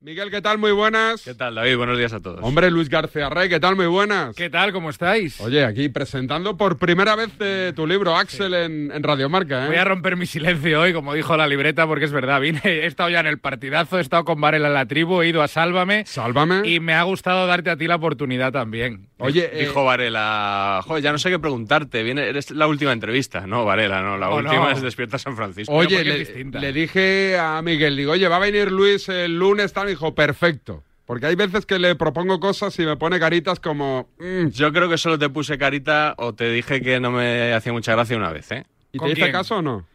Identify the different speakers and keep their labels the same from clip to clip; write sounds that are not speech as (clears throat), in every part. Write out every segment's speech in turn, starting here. Speaker 1: Miguel, ¿qué tal? Muy buenas.
Speaker 2: ¿Qué tal, David? Buenos días a todos.
Speaker 1: Hombre, Luis García Rey, ¿qué tal? Muy buenas.
Speaker 3: ¿Qué tal? ¿Cómo estáis?
Speaker 1: Oye, aquí presentando por primera vez eh, tu libro, Axel, en, en Radiomarca. ¿eh?
Speaker 3: Voy a romper mi silencio hoy, como dijo la libreta, porque es verdad. Vine, (laughs) he estado ya en el partidazo, he estado con Varela en la tribu, he ido a Sálvame.
Speaker 1: Sálvame.
Speaker 3: Y me ha gustado darte a ti la oportunidad también.
Speaker 1: Oye, eh,
Speaker 2: Dijo Varela, joder, ya no sé qué preguntarte, viene, eres la última entrevista. No, Varela, no, la
Speaker 3: Oh,
Speaker 2: última
Speaker 3: no.
Speaker 2: es Despierta San Francisco.
Speaker 1: oye
Speaker 3: porque es
Speaker 1: le,
Speaker 3: distinta.
Speaker 1: le dije a Miguel, digo, oye, va a venir Luis el lunes, tal, me dijo, perfecto. Porque hay veces que le propongo cosas y me pone caritas como... mm,
Speaker 2: Yo creo que solo te puse carita o te dije que no me hacía mucha gracia una vez, ¿eh?
Speaker 1: ¿Y te
Speaker 3: ¿Con
Speaker 1: hice
Speaker 3: quién?
Speaker 1: caso o no?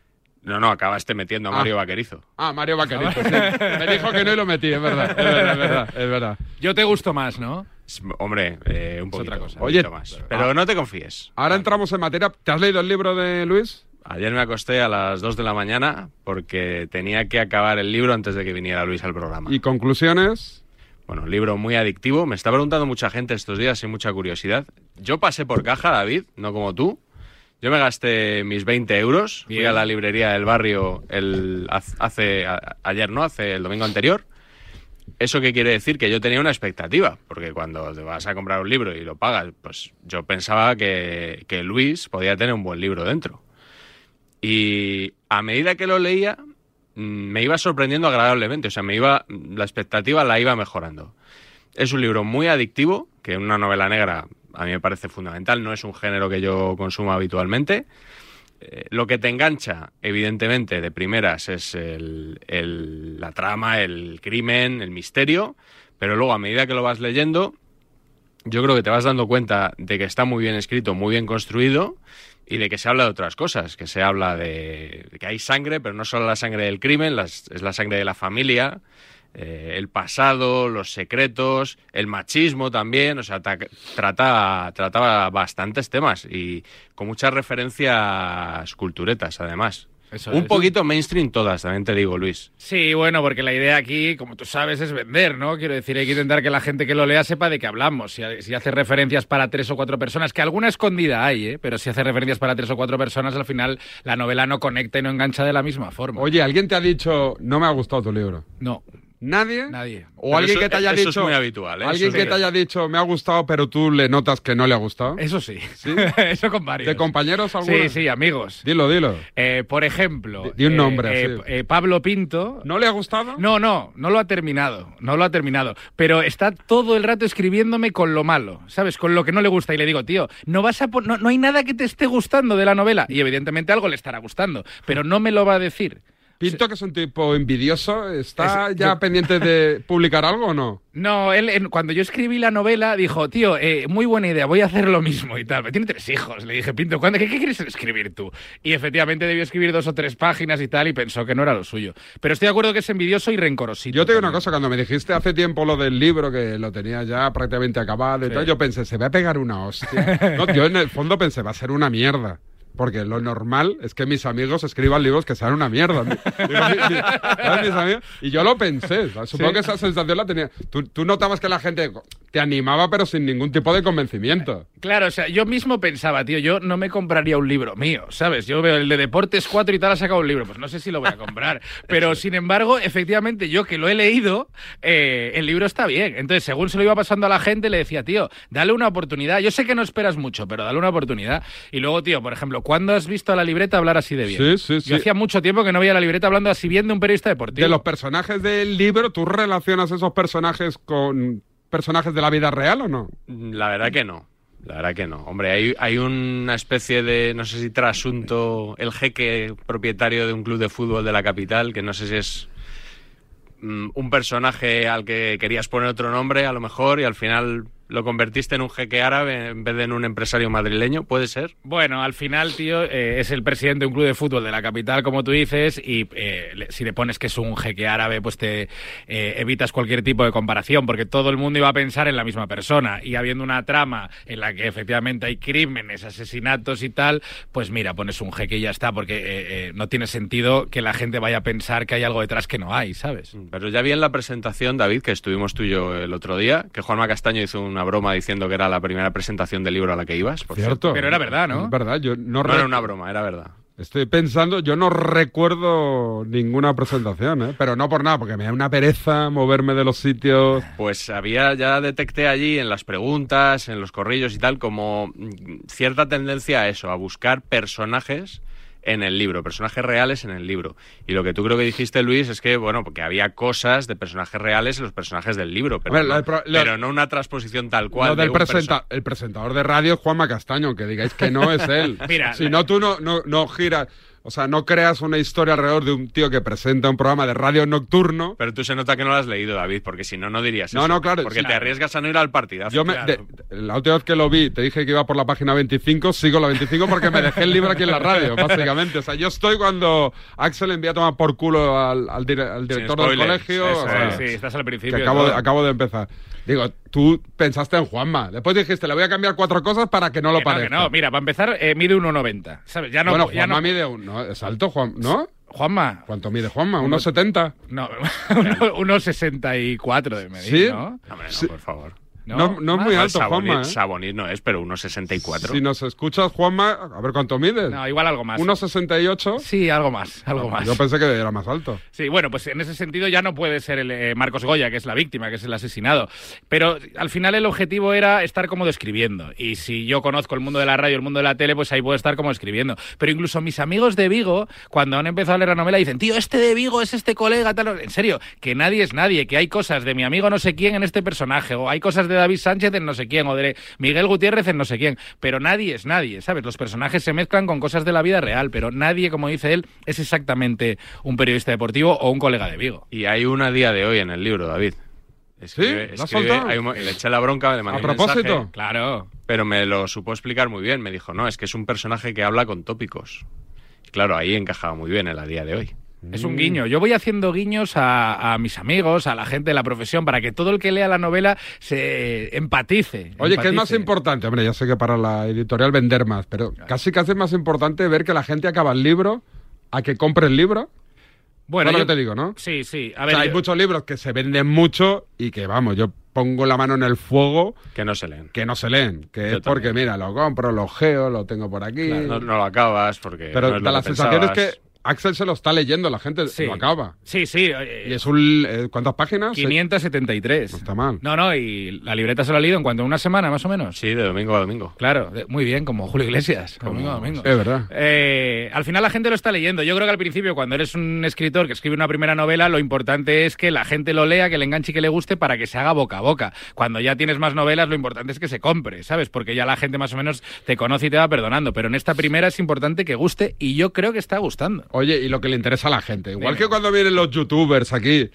Speaker 2: No, no, acabaste metiendo a
Speaker 1: Ah.
Speaker 2: Mario Vaquerizo.
Speaker 1: Ah, Mario Vaquerito. sí. Me dijo que no y lo metí, es verdad, es verdad, es verdad. Es verdad.
Speaker 3: (laughs) Yo te gusto más, ¿no?
Speaker 2: (laughs) Es- Hombre, eh, un poquito,
Speaker 3: otra cosa.
Speaker 2: un
Speaker 1: Oye,
Speaker 2: poquito más. Pero no te confíes.
Speaker 1: Ahora entramos en materia. ¿Te has leído el libro de Luis?
Speaker 2: Ayer me acosté a las 2 de la mañana porque tenía que acabar el libro antes de que viniera Luis al programa.
Speaker 1: ¿Y conclusiones?
Speaker 2: Bueno, un libro muy adictivo. Me está preguntando mucha gente estos días y mucha curiosidad. Yo pasé por caja, David, no como tú. Yo me gasté mis 20 euros. Fui
Speaker 3: Bien.
Speaker 2: a la librería del barrio el, haz- hace, a- ayer, ¿no? Hace el domingo anterior. ¿Eso qué quiere decir? Que yo tenía una expectativa, porque cuando te vas a comprar un libro y lo pagas, pues yo pensaba que, que Luis podía tener un buen libro dentro. Y a medida que lo leía, mm, me iba sorprendiendo agradablemente, o sea, me iba, la expectativa la iba mejorando. Es un libro muy adictivo, que una novela negra a mí me parece fundamental, no es un género que yo consuma habitualmente. Eh, lo que te engancha, evidentemente, de primeras es el- el- la trama, el crimen, el misterio, pero luego a medida que lo vas leyendo, yo creo que te vas dando cuenta de que está muy bien escrito, muy bien construido y de que se habla de otras cosas, que se habla de, de que hay sangre, pero no solo la sangre del crimen, las- es la sangre de la familia, eh, el pasado, los secretos, el machismo también, o sea, ta- trata, trataba bastantes temas y con muchas referencias culturetas además.
Speaker 3: Eso
Speaker 2: Un
Speaker 3: es.
Speaker 2: poquito mainstream todas, también te digo, Luis.
Speaker 3: Sí, bueno, porque la idea aquí, como tú sabes, es vender, ¿no? Quiero decir, hay que intentar que la gente que lo lea sepa de qué hablamos. Si, si hace referencias para tres o cuatro personas, que alguna escondida hay, ¿eh? Pero si hace referencias para tres o cuatro personas, al final la novela no conecta y no engancha de la misma forma.
Speaker 1: Oye, ¿alguien te ha dicho, no me ha gustado tu libro?
Speaker 3: No,
Speaker 1: ¿Nadie?
Speaker 3: nadie.
Speaker 1: O
Speaker 2: Pero
Speaker 1: alguien
Speaker 2: eso-
Speaker 1: que te haya
Speaker 2: eso es
Speaker 1: dicho.
Speaker 2: muy habitual, ¿eh?
Speaker 1: Alguien
Speaker 2: Eso
Speaker 1: que
Speaker 2: sí.
Speaker 1: te haya dicho, me ha gustado, pero tú le notas que no le ha gustado.
Speaker 3: Eso sí. (laughs) Eso con varios.
Speaker 1: ¿De compañeros alguno?
Speaker 3: Sí, sí, amigos.
Speaker 1: Dilo, dilo.
Speaker 3: Eh, por ejemplo,
Speaker 1: Di- di un
Speaker 3: eh,
Speaker 1: nombre,
Speaker 3: eh,
Speaker 1: sí.
Speaker 3: eh, Pablo Pinto.
Speaker 1: ¿No le ha gustado?
Speaker 3: No, no, no lo ha terminado, no lo ha terminado, pero está todo el rato escribiéndome con lo malo, ¿sabes? Con lo que no le gusta y le digo, tío, no vas a pon- no, no hay nada que te esté gustando de la novela y evidentemente algo le estará gustando, pero no me lo va a decir.
Speaker 1: Pinto, que es un tipo envidioso, ¿está
Speaker 3: Es-
Speaker 1: ya
Speaker 3: yo- (laughs)
Speaker 1: pendiente de publicar algo o no?
Speaker 3: No, él en- cuando yo escribí la novela dijo, tío, eh, muy buena idea, voy a hacer lo mismo y tal. Me tiene tres hijos, le dije, Pinto, ¿cuándo, qué, qué quieres escribir tú? Y efectivamente debió escribir dos o tres páginas y tal y pensó que no era lo suyo. Pero estoy de acuerdo que es envidioso y rencorosito.
Speaker 1: Yo te digo una
Speaker 3: también.
Speaker 1: cosa, cuando me dijiste hace tiempo lo del libro, que lo tenía ya prácticamente acabado y
Speaker 3: Sí.
Speaker 1: tal, yo pensé, se va a pegar
Speaker 3: (laughs)
Speaker 1: una hostia. No, yo en el fondo pensé, va a ser una mierda. Porque lo normal es que mis amigos escriban libros que sean una mierda. Digo, (laughs) mi- mi- ¿sabes, mis amigos? Y yo lo pensé. ¿sabes? Supongo
Speaker 3: Sí.
Speaker 1: que esa sensación la tenía. Tú, tú notabas que la gente te animaba, pero sin ningún tipo de convencimiento.
Speaker 3: Claro, o sea, yo mismo pensaba, tío, yo no me compraría un libro mío, ¿sabes? Yo veo el de Deportes 4 y tal, ha sacado un libro, pues no sé si lo voy a
Speaker 1: (laughs)
Speaker 3: comprar. Pero, sin embargo, efectivamente, yo que lo he leído, eh, el libro está bien. Entonces, según se lo iba pasando a la gente, le decía, tío, dale una oportunidad. Yo sé que no esperas mucho, pero dale una oportunidad. Y luego, tío, por ejemplo, ¿cuándo has visto a la libreta hablar así de bien?
Speaker 1: Sí, sí, sí.
Speaker 3: Yo hacía mucho tiempo que no veía a la libreta hablando así bien de un periodista deportivo.
Speaker 1: De los personajes del libro, ¿tú relacionas esos personajes con personajes de la vida real o no?
Speaker 2: La verdad que no. La verdad que no. Hombre, hay, hay una especie de, no sé si trasunto, el jeque propietario de un club de fútbol de la capital, que no sé si es mm, un personaje al que querías poner otro nombre, a lo mejor, y al final lo convertiste en un jeque árabe en vez de en un empresario madrileño, puede ser.
Speaker 3: Bueno, al final, tío, eh, es el presidente de un club de fútbol de la capital, como tú dices, y eh, le- si le pones que es un jeque árabe, pues te eh, evitas cualquier tipo de comparación, porque todo el mundo iba a pensar en la misma persona. Y habiendo una trama en la que efectivamente hay crímenes, asesinatos y tal, pues mira, pones un jeque y ya está, porque eh, eh, no tiene sentido que la gente vaya a pensar que hay algo detrás que no hay, ¿sabes?
Speaker 2: Pero ya vi en la presentación, David, que estuvimos tú y yo el otro día, que Juanma Castaño hizo una broma diciendo que era la primera presentación del libro a la que ibas. por
Speaker 1: Cierto.
Speaker 3: Pero era verdad, ¿no?
Speaker 1: Es verdad, yo no,
Speaker 2: No
Speaker 1: re-
Speaker 2: era una broma, era verdad.
Speaker 1: Estoy pensando, yo no recuerdo ninguna presentación, ¿eh? pero no por nada, porque me da una pereza moverme de los sitios.
Speaker 2: Pues había, ya detecté allí en las preguntas, en los corrillos y tal, como mm, cierta tendencia a eso, a buscar personajes en el libro, personajes reales en el libro. Y lo que tú creo que dijiste, Luis, es que, bueno, porque había cosas de personajes reales en los personajes del libro, pero,
Speaker 1: A ver,
Speaker 2: no,
Speaker 1: lo de pro- lo-
Speaker 2: pero no una transposición tal cual.
Speaker 1: Lo del
Speaker 2: de un
Speaker 1: presenta- el presentador de radio es Juanma Castaño, que digáis que no es él.
Speaker 3: (laughs) Mira,
Speaker 1: si no, tú no, no, no giras, o sea, no creas una historia alrededor de un tío que presenta un programa de radio nocturno.
Speaker 2: Pero tú se nota que no lo has leído, David, porque si no, no dirías
Speaker 1: No,
Speaker 2: eso.
Speaker 1: no, claro,
Speaker 2: Porque
Speaker 1: sí.
Speaker 2: te arriesgas a no ir al partidazo.
Speaker 1: Yo me-
Speaker 2: Claro.
Speaker 1: de- la última vez que lo vi, te dije que iba por la página 25, sigo la 25 porque me dejé el libro aquí en la
Speaker 3: (laughs)
Speaker 1: radio, básicamente. O sea, yo estoy cuando Axel envía a tomar por culo al, al dire- al director del
Speaker 2: spoilers,
Speaker 1: colegio.
Speaker 2: eso
Speaker 1: o
Speaker 2: es.
Speaker 1: sea,
Speaker 2: Sí,
Speaker 3: sí, estás al principio.
Speaker 1: que acabo de,
Speaker 3: ¿no?
Speaker 1: acabo de empezar. Digo, tú pensaste en Juanma. Después dijiste, le voy a cambiar cuatro cosas para que no lo
Speaker 3: Que no, que
Speaker 1: parezca.
Speaker 3: no, mira, para empezar, eh, mide 1,90. ¿Sabes? Ya no.
Speaker 1: bueno,
Speaker 3: ya
Speaker 1: Juanma
Speaker 3: no-
Speaker 1: mide un... No, es alto, Juan, ¿no?
Speaker 3: Juanma.
Speaker 1: ¿Cuánto mide Juanma? ¿Unos 70?
Speaker 3: No, (laughs) uno- 1,64 de medir,
Speaker 1: ¿Sí?
Speaker 3: ¿no?
Speaker 2: Hombre, no,
Speaker 1: Sí.
Speaker 2: por favor.
Speaker 1: No, no, es muy
Speaker 2: Ah,
Speaker 1: alto,
Speaker 2: Sabonis,
Speaker 1: Juanma. ¿eh?
Speaker 2: Sabonis no es, pero 1,64.
Speaker 1: Si nos escuchas, Juanma, a ver cuánto mides.
Speaker 3: No, igual algo más.
Speaker 1: 1,68.
Speaker 3: Sí, algo más, algo más.
Speaker 1: Ah, Yo pensé que era más alto.
Speaker 3: Sí, bueno, pues en ese sentido ya no puede ser el eh, Marcos Goya, que es la víctima, que es el asesinado. Pero al final el objetivo era estar como describiendo. Y si yo conozco el mundo de la radio, el mundo de la tele, pues ahí puedo estar como escribiendo. Pero incluso mis amigos de Vigo, cuando han empezado a leer la novela, dicen, tío, este de Vigo es este colega, tal. En serio, que nadie es nadie, que hay cosas de mi amigo no sé quién en este personaje, o hay cosas de David Sánchez en no sé quién, o de Miguel Gutiérrez en no sé quién. Pero nadie es nadie, ¿sabes? Los personajes se mezclan con cosas de la vida real, pero nadie, como dice él, es exactamente un periodista deportivo o un colega de Vigo.
Speaker 2: Y hay una a día de hoy en el libro, David. Escribe,
Speaker 1: ¿Sí? ¿La has
Speaker 2: escribe-
Speaker 1: soltado?
Speaker 2: hay un mo- le eché la bronca, le mandé
Speaker 1: ¿A
Speaker 2: un mensaje,
Speaker 1: propósito?
Speaker 3: Claro.
Speaker 2: pero me lo supo explicar muy bien. Me dijo, no, es que es un personaje que habla con tópicos. Y claro, ahí encajaba muy bien el a día de hoy.
Speaker 3: Es
Speaker 1: Mm.
Speaker 3: un guiño. Yo voy haciendo guiños a, a mis amigos, a la gente de la profesión, para que todo el que lea la novela se empatice.
Speaker 1: Oye, ¿qué es
Speaker 3: empatice.
Speaker 1: más importante? Hombre, ya sé que para la editorial vender más, pero casi casi es más importante ver que la gente acaba el libro a que compre el libro.
Speaker 3: Bueno,
Speaker 1: Solo
Speaker 3: yo
Speaker 1: te digo, ¿no?
Speaker 3: Sí, sí. A
Speaker 1: O
Speaker 3: ver,
Speaker 1: sea, hay
Speaker 3: yo-
Speaker 1: muchos libros que se venden mucho y que, vamos, yo pongo la mano en el fuego
Speaker 2: Que no se leen.
Speaker 1: que no se leen, que es
Speaker 2: Yo
Speaker 1: porque,
Speaker 2: también.
Speaker 1: mira, lo compro, lo geo, lo tengo por aquí.
Speaker 2: Claro, no, no lo acabas porque.
Speaker 1: pero
Speaker 2: no es lo
Speaker 1: da la
Speaker 2: que
Speaker 1: sensación es
Speaker 2: pensabas.
Speaker 1: que Axel se lo está leyendo, la gente
Speaker 3: Sí.
Speaker 1: lo acaba.
Speaker 3: Sí, sí.
Speaker 1: Y
Speaker 3: eh,
Speaker 1: es un... eh, ¿Cuántas páginas?
Speaker 3: 573.
Speaker 1: No está mal.
Speaker 3: No, no, y la libreta se la ha leído en cuanto a una semana, más o menos.
Speaker 2: Sí, de domingo a domingo.
Speaker 3: Claro, de- muy bien, como Julio Iglesias. domingo a domingo.
Speaker 1: Es verdad.
Speaker 3: Eh, al final la gente lo está leyendo. Yo creo que al principio, cuando eres un escritor que escribe una primera novela, lo importante es que la gente lo lea, que le enganche y que le guste para que se haga boca a boca. Cuando ya tienes más novelas, lo importante es que se compre, ¿sabes? Porque ya la gente más o menos te conoce y te va perdonando. Pero en esta primera es importante que guste y yo creo que está gustando.
Speaker 1: Oye, y lo que le interesa a la gente. Igual
Speaker 3: Dime.
Speaker 1: que cuando vienen los youtubers aquí,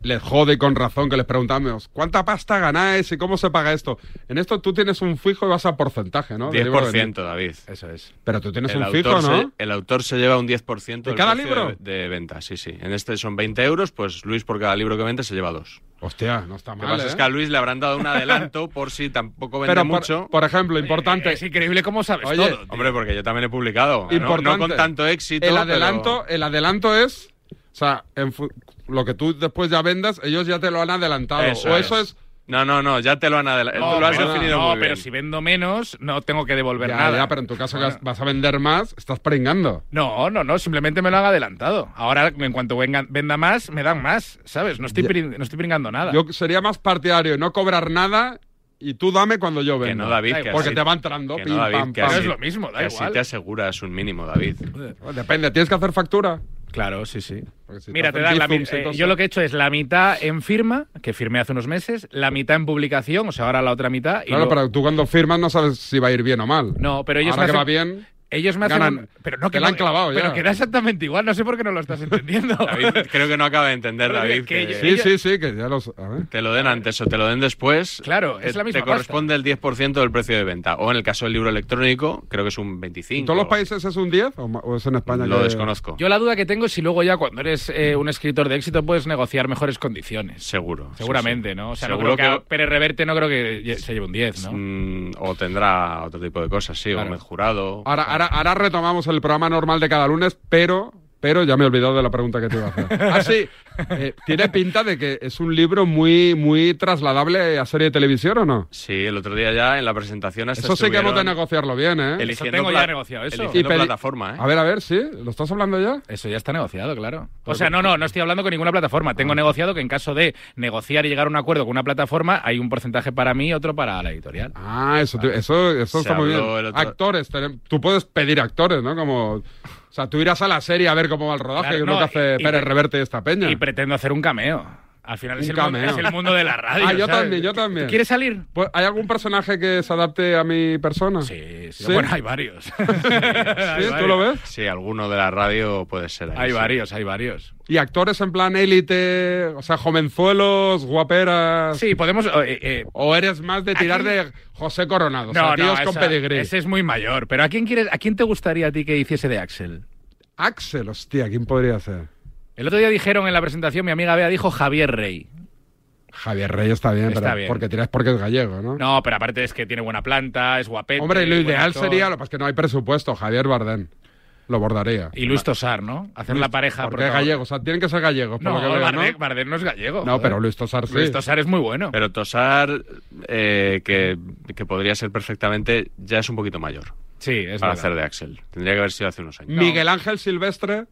Speaker 1: les jode con razón que les preguntamos ¿cuánta pasta ganáis y cómo se paga esto? En esto tú tienes un fijo y vas a porcentaje, ¿no? De libro
Speaker 2: 10%,
Speaker 1: vendido.
Speaker 2: David.
Speaker 3: Eso es.
Speaker 1: Pero tú tienes
Speaker 2: El
Speaker 1: un fijo,
Speaker 2: autor, se,
Speaker 1: ¿no?
Speaker 2: el autor se lleva un 10% del
Speaker 1: cada
Speaker 2: precio
Speaker 1: libro?
Speaker 2: de, de venta, sí, sí. En este son 20 euros, pues Luis por cada libro que vende se lleva dos.
Speaker 1: Hostia, no está
Speaker 2: Lo que
Speaker 1: mal.
Speaker 2: pasa
Speaker 1: ¿eh?
Speaker 2: es que a Luis le habrán dado un adelanto por si tampoco vende
Speaker 1: Pero, por,
Speaker 2: mucho.
Speaker 1: por ejemplo, importante.
Speaker 3: Es increíble cómo sabes
Speaker 1: Oye,
Speaker 3: todo. tío.
Speaker 2: Hombre, porque yo también he publicado. ¿eh? ¿no? No,
Speaker 1: Importante.
Speaker 2: con tanto éxito.
Speaker 1: el
Speaker 2: pero-
Speaker 1: adelanto, el adelanto es, o sea, en fu- lo que tú después ya vendas, ellos ya te lo han adelantado. o eso es,
Speaker 2: No, no, no, ya te lo han adelantado.
Speaker 3: No,
Speaker 2: lo has
Speaker 3: pero-
Speaker 2: definido
Speaker 3: Ah, no,
Speaker 2: muy bien.
Speaker 3: pero si vendo menos, no tengo que devolver
Speaker 1: ya,
Speaker 3: nada.
Speaker 1: ya, pero en tu caso que
Speaker 3: Bueno.
Speaker 1: vas- vas a vender más, estás pringando.
Speaker 3: No, no, no, simplemente me lo han adelantado. Ahora, en cuanto venga- venda más, me dan más, ¿sabes? No estoy,
Speaker 1: Ya.
Speaker 3: prin- no estoy pringando nada.
Speaker 1: Yo sería más partidario de no cobrar nada y tú dame cuando yo
Speaker 2: Que
Speaker 1: venga.
Speaker 2: no, David,
Speaker 3: Da
Speaker 2: que
Speaker 3: igual.
Speaker 1: Porque
Speaker 2: así-
Speaker 1: te va entrando,
Speaker 2: que
Speaker 1: pim,
Speaker 2: no, David,
Speaker 1: pam,
Speaker 2: que
Speaker 1: pam.
Speaker 3: así- Es lo mismo, da
Speaker 2: que así
Speaker 3: igual.
Speaker 2: te aseguras un mínimo, David.
Speaker 1: Bueno, Depende, tienes que hacer factura.
Speaker 3: Claro, sí, sí.
Speaker 1: Porque si
Speaker 3: Mira, te
Speaker 1: hacen
Speaker 3: dan la
Speaker 1: bizums,
Speaker 3: mitad.
Speaker 1: entonces-
Speaker 3: yo lo que he hecho es la mitad en firma, que firmé hace unos meses, la mitad en publicación, o sea, ahora la otra mitad. y
Speaker 1: Claro,
Speaker 3: luego-
Speaker 1: pero tú cuando firmas no sabes si va a ir bien o mal.
Speaker 3: No, pero ellos
Speaker 1: Ahora
Speaker 3: me
Speaker 1: que va
Speaker 3: hacen-
Speaker 1: bien,
Speaker 3: Ellos me hacen.
Speaker 1: ganan.
Speaker 3: un- Pero no,
Speaker 1: Te
Speaker 3: que
Speaker 1: la
Speaker 3: no-
Speaker 1: han clavado
Speaker 3: Pero
Speaker 1: ya.
Speaker 3: queda exactamente igual, no sé por qué no lo estás entendiendo.
Speaker 2: David, (laughs) creo que no acaba de entender,
Speaker 3: Pero
Speaker 2: David,
Speaker 3: que- que
Speaker 2: que
Speaker 1: sí,
Speaker 3: ellos-
Speaker 1: sí, sí, que ya lo sé. A ver.
Speaker 2: te lo den antes o te lo den después.
Speaker 3: Claro, es
Speaker 2: te-
Speaker 3: la misma
Speaker 2: Te
Speaker 3: pasta.
Speaker 2: corresponde el 10% del precio de venta. O en el caso del libro electrónico, creo que es un 25.
Speaker 1: ¿En todos los
Speaker 2: o algo así.
Speaker 1: países es un 10 o, ma- o es en España?
Speaker 2: Lo
Speaker 1: que-
Speaker 2: desconozco.
Speaker 3: Yo la duda que tengo es si luego ya cuando eres eh, un escritor de éxito puedes negociar mejores condiciones.
Speaker 2: Seguro. sí,
Speaker 3: Seguramente,
Speaker 2: sí.
Speaker 3: ¿no? O sea,
Speaker 2: Seguro
Speaker 3: no creo que,
Speaker 2: que-
Speaker 3: a Pérez Reverte no creo que lle- se lleve un 10, ¿no?
Speaker 2: Mm, o tendrá otro tipo de cosas, sí.
Speaker 3: Claro. Ah.
Speaker 2: O mejorado.
Speaker 1: Ahora, ahora, ahora retomamos el programa normal de cada lunes, pero pero ya me he olvidado de la pregunta que te iba a
Speaker 3: (laughs)
Speaker 1: hacer. Ah, sí, eh, tiene pinta de que es un libro muy, muy trasladable a serie de televisión o no.
Speaker 2: Sí, el otro día ya en la presentación hasta
Speaker 1: Eso sí que hemos de
Speaker 2: estuvieron
Speaker 1: negociarlo bien, ¿eh?
Speaker 3: Eso
Speaker 2: eligiendo
Speaker 3: tengo ya
Speaker 2: pla-
Speaker 3: negociado, eso.
Speaker 1: Y
Speaker 2: eligiendo
Speaker 1: peli-
Speaker 2: plataforma, ¿eh?
Speaker 1: A ver, a ver, sí, ¿lo estás hablando ya?
Speaker 3: Eso ya está negociado, claro. O sea, no, no, no estoy hablando con ninguna plataforma. Tengo negociado que en caso de negociar y llegar a un acuerdo con una plataforma, hay un porcentaje para mí y otro para la editorial.
Speaker 1: Ah, eso, te- eso, eso
Speaker 2: Se
Speaker 1: está muy bien.
Speaker 2: habló el otro-
Speaker 1: Actores, tenem- tú puedes pedir actores, ¿no? Como, o sea, tú irás a la serie a ver cómo va el rodaje,
Speaker 3: Claro,
Speaker 1: que es lo
Speaker 3: no,
Speaker 1: que hace
Speaker 3: y- y-
Speaker 1: Pérez Reverte y esta peña.
Speaker 3: Y pretendo hacer un cameo. Al final es
Speaker 1: Un
Speaker 3: el, mundo,
Speaker 1: cameo.
Speaker 3: es el mundo de la radio.
Speaker 1: Ah, yo
Speaker 3: ¿sabes?
Speaker 1: también, yo también.
Speaker 3: ¿Quieres salir?
Speaker 1: Pues, ¿Hay algún personaje que se adapte a mi persona?
Speaker 3: Sí, sí.
Speaker 1: (laughs) ¿Sí?
Speaker 3: Bueno, hay varios. ¿Sí?
Speaker 1: ¿Sí? ¿Tú lo ves?
Speaker 2: Sí, alguno de la radio puede ser. ahí,
Speaker 3: Hay
Speaker 2: sí.
Speaker 3: varios, hay varios.
Speaker 1: Y actores en plan élite, o sea, jovenzuelos, guaperas.
Speaker 3: Sí, podemos. eh, eh,
Speaker 1: O eres más de tirar
Speaker 3: Aquí-
Speaker 1: de José Coronado, o sea, tíos con
Speaker 3: esa-
Speaker 1: pedigrí.
Speaker 3: ese es muy mayor. Pero ¿a quién quieres, a quién te gustaría a ti que hiciese de Axel?
Speaker 1: Axel, hostia, ¿quién podría ser?
Speaker 3: El otro día dijeron en la presentación, mi amiga Bea dijo Javier Rey.
Speaker 1: Javier Rey está bien,
Speaker 3: Está
Speaker 1: pero
Speaker 3: bien.
Speaker 1: porque tiras porque es gallego, ¿no?
Speaker 3: No, pero aparte es que tiene buena planta, es guapete.
Speaker 1: Hombre, lo
Speaker 3: eh, buen
Speaker 1: ideal
Speaker 3: actor.
Speaker 1: sería, lo que pasa es que no hay presupuesto, Javier Bardem. Lo bordaría.
Speaker 3: Y Luis Tosar, ¿no? Hacer la pareja.
Speaker 1: Porque es
Speaker 3: protagonista.
Speaker 1: gallego, o sea, tienen que ser gallegos, por
Speaker 3: No,
Speaker 1: lo que veo,
Speaker 3: Bardem,
Speaker 1: ¿no?
Speaker 3: Bardem no es (laughs) gallego.
Speaker 1: No,
Speaker 3: joder.
Speaker 1: pero Luis Tosar sí.
Speaker 3: Luis Tosar es muy bueno.
Speaker 2: Pero Tosar, eh, que, que podría ser perfectamente, ya es un poquito mayor
Speaker 3: sí, es verdad.
Speaker 2: para hacer de Axel. Tendría que haber sido hace unos años.
Speaker 1: Miguel Ángel Silvestre.